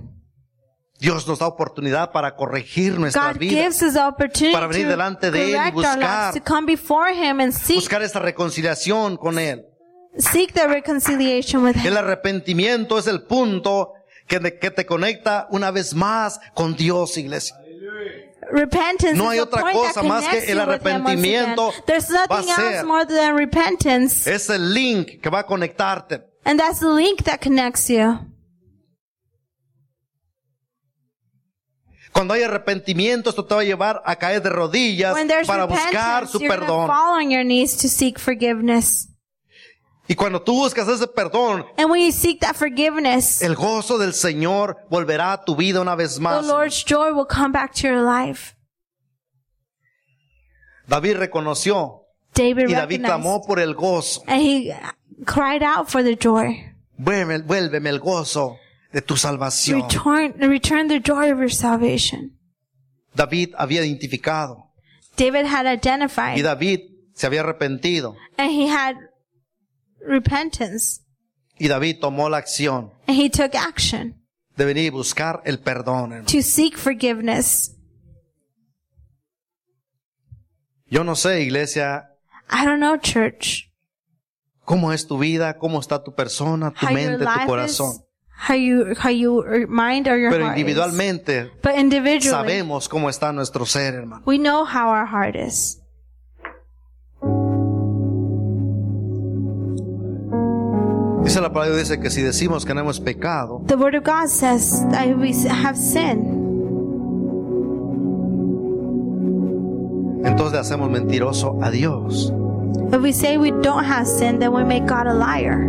Speaker 1: Dios nos da oportunidad para corregir nuestra
Speaker 2: God
Speaker 1: vida,
Speaker 2: gives us the opportunity
Speaker 1: Para venir
Speaker 2: to
Speaker 1: delante de Él y
Speaker 2: correct our
Speaker 1: buscar.
Speaker 2: lives, to come before Him and seek,
Speaker 1: buscar esa reconciliación con él.
Speaker 2: seek the reconciliation with Him.
Speaker 1: El arrepentimiento es el punto que, que te conecta una vez más con Dios, iglesia.
Speaker 2: Repentance
Speaker 1: No
Speaker 2: is
Speaker 1: hay
Speaker 2: the
Speaker 1: otra
Speaker 2: point that
Speaker 1: cosa más que
Speaker 2: connects
Speaker 1: el
Speaker 2: you with Him once again.
Speaker 1: arrepentimiento
Speaker 2: There's
Speaker 1: va a
Speaker 2: nothing
Speaker 1: ser- Eh,
Speaker 2: else more than repentance.
Speaker 1: Es el link que va a conectarte.
Speaker 2: And that's the link that connects you.
Speaker 1: Cuando hay arrepentimiento, esto te va a llevar a caer de rodillas
Speaker 2: When there's
Speaker 1: para buscar
Speaker 2: repentance,
Speaker 1: su
Speaker 2: you're gonna
Speaker 1: perdón.
Speaker 2: fall on your knees to seek forgiveness.
Speaker 1: Y cuando tú buscas ese perdón,
Speaker 2: And when you seek that forgiveness,
Speaker 1: el gozo del Señor volverá a tu vida una vez
Speaker 2: the
Speaker 1: más.
Speaker 2: Lord's joy will come back to your life.
Speaker 1: David reconoció
Speaker 2: David
Speaker 1: y David
Speaker 2: recognized,
Speaker 1: clamó por el gozo.
Speaker 2: and he cried out for the joy.
Speaker 1: Vuelve- vuélveme el gozo de tu salvación.
Speaker 2: Return, return the joy of your salvation.
Speaker 1: David había identificado
Speaker 2: David had
Speaker 1: y
Speaker 2: identified,
Speaker 1: David se había arrepentido
Speaker 2: and he had repentance,
Speaker 1: y David tomó la acción
Speaker 2: and he took action
Speaker 1: de venir y buscar el perdón. hermano.
Speaker 2: to seek forgiveness.
Speaker 1: Yo no sé, iglesia,
Speaker 2: I don't know, church,
Speaker 1: cómo es tu vida, cómo está tu persona, tu
Speaker 2: how your
Speaker 1: mente, tu
Speaker 2: life
Speaker 1: corazón.
Speaker 2: is, how you, how you your mind or your
Speaker 1: Pero
Speaker 2: heart is.
Speaker 1: individualmente
Speaker 2: But individually,
Speaker 1: sabemos cómo está nuestro ser, hermano.
Speaker 2: we know how our heart is.
Speaker 1: Dice la palabra, de Dios, dice que si decimos que no hemos pecado,
Speaker 2: The Word of God says that we have sin,
Speaker 1: entonces le hacemos mentiroso a Dios.
Speaker 2: if we say we don't have sin, then we make God a liar.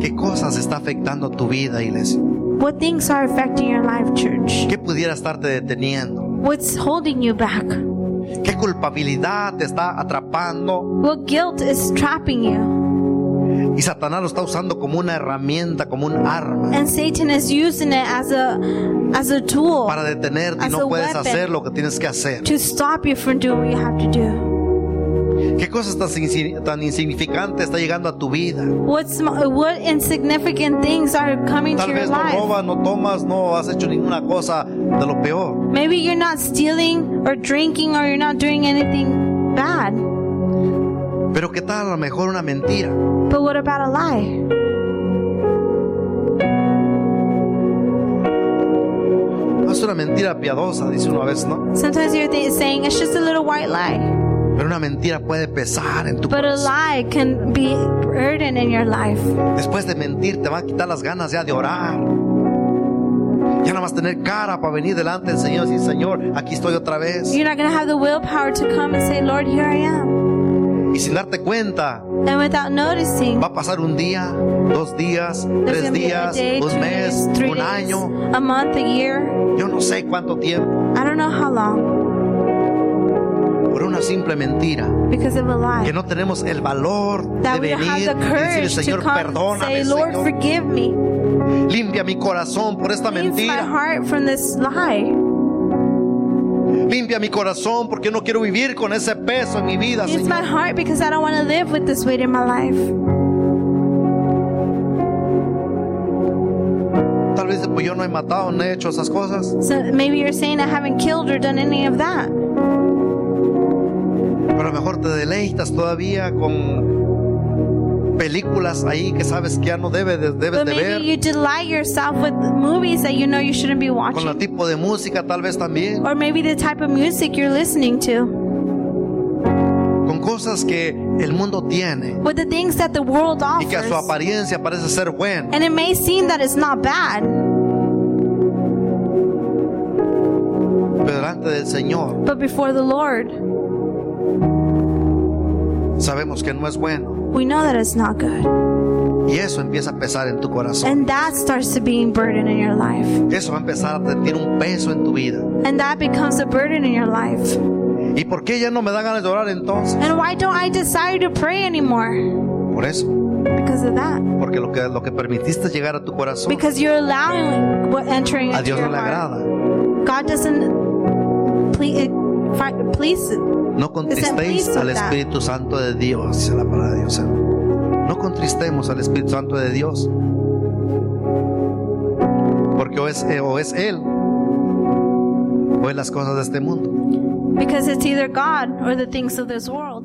Speaker 1: ¿Qué cosas está afectando tu vida, iglesia?
Speaker 2: What things are affecting your life, church?
Speaker 1: ¿Qué pudiera estarte deteniendo?
Speaker 2: What's holding you back?
Speaker 1: ¿Qué culpabilidad te está atrapando?
Speaker 2: What guilt is trapping you?
Speaker 1: Y Satanás lo está usando como una herramienta, como un arma
Speaker 2: And Satan is using it as a as a tool
Speaker 1: para detenerte y
Speaker 2: As a
Speaker 1: no puedes
Speaker 2: weapon.
Speaker 1: hacer lo que tienes que hacer.
Speaker 2: to stop you from doing what you have to do.
Speaker 1: ¿Qué cosas tan, insi- tan insignificantes está llegando a tu vida?
Speaker 2: What sm- what insignificant things are coming to
Speaker 1: Tal
Speaker 2: your
Speaker 1: vez no
Speaker 2: life?
Speaker 1: robas, no tomas, no has hecho ninguna cosa de lo peor.
Speaker 2: Maybe you're not stealing or drinking or you're not doing anything bad.
Speaker 1: Pero qué tal a lo mejor una mentira.
Speaker 2: But what about a lie?
Speaker 1: No es una mentira piadosa, dice uno a veces, ¿no?
Speaker 2: Sometimes you're th- saying it's just a little white lie,
Speaker 1: Pero una mentira puede pesar en tu
Speaker 2: but a
Speaker 1: corazón.
Speaker 2: lie can be burden in your life.
Speaker 1: Después de mentir te va a quitar las ganas ya de orar. Ya no vas a tener cara para venir delante del Señor y decir, Señor, aquí estoy otra vez.
Speaker 2: You're not gonna have the willpower to come and say, Lord, here I am.
Speaker 1: Y sin darte cuenta,
Speaker 2: And without noticing,
Speaker 1: va a pasar un día, dos días,
Speaker 2: there's
Speaker 1: tres
Speaker 2: gonna be a
Speaker 1: días,
Speaker 2: day, two
Speaker 1: un mes,
Speaker 2: days, three
Speaker 1: un
Speaker 2: days,
Speaker 1: año,
Speaker 2: a month, a year.
Speaker 1: yo no sé cuánto tiempo,
Speaker 2: I don't know how long
Speaker 1: por una simple mentira.
Speaker 2: because of a
Speaker 1: Que
Speaker 2: lie.
Speaker 1: no tenemos el valor de
Speaker 2: That we don't
Speaker 1: venir
Speaker 2: have the
Speaker 1: y decir,
Speaker 2: courage to
Speaker 1: Señor,
Speaker 2: come and
Speaker 1: perdóname,
Speaker 2: say, Lord,
Speaker 1: Señor.
Speaker 2: forgive me.
Speaker 1: Limpia mi corazón por esta
Speaker 2: Cleanse my
Speaker 1: mentira.
Speaker 2: heart from this lie.
Speaker 1: Limpia mi corazón porque no quiero vivir con ese peso en mi vida,
Speaker 2: Cleanse
Speaker 1: Señor.
Speaker 2: my heart because I don't want to live with this weight in my life.
Speaker 1: Tal vez pues yo no he matado, no he hecho esas cosas,
Speaker 2: So maybe you're saying I haven't killed or done any of that.
Speaker 1: pero a lo mejor te deleitas todavía con películas ahí que sabes que ya no debes de, debes
Speaker 2: But
Speaker 1: de
Speaker 2: maybe
Speaker 1: ver,
Speaker 2: you delight yourself with movies that you know you shouldn't be
Speaker 1: con el
Speaker 2: watching.
Speaker 1: tipo de música tal vez también,
Speaker 2: Or maybe the type of music you're listening to.
Speaker 1: con cosas que el mundo tiene
Speaker 2: With the things that the world
Speaker 1: y que a su
Speaker 2: offers.
Speaker 1: apariencia parece ser bueno.
Speaker 2: And it may seem that it's not bad,
Speaker 1: Pero delante del Señor
Speaker 2: but before the Lord,
Speaker 1: sabemos que no es bueno
Speaker 2: we know that it's not good.
Speaker 1: y eso empieza a pesar en tu corazón.
Speaker 2: And that starts to being burden in your life.
Speaker 1: Eso va a empezar a sentir un peso en tu vida.
Speaker 2: And that becomes a burden in your life.
Speaker 1: ¿Y por qué ya no me da ganas de orar entonces?
Speaker 2: And why don't I desire to pray anymore?
Speaker 1: Por eso,
Speaker 2: Because of that.
Speaker 1: porque lo que, lo que permitiste llegar a tu corazón,
Speaker 2: Because you're allowing what entering
Speaker 1: a
Speaker 2: into
Speaker 1: Dios no
Speaker 2: your
Speaker 1: le
Speaker 2: heart.
Speaker 1: agrada.
Speaker 2: God doesn't please, please
Speaker 1: No contristéis
Speaker 2: pleased
Speaker 1: al
Speaker 2: with that.
Speaker 1: Espíritu Santo de Dios, dice la palabra de Dios. hermano. No contristemos al Espíritu Santo de Dios. Porque o es, eh, o es Él, o es las cosas de este mundo.
Speaker 2: because it's either God or the things of this world.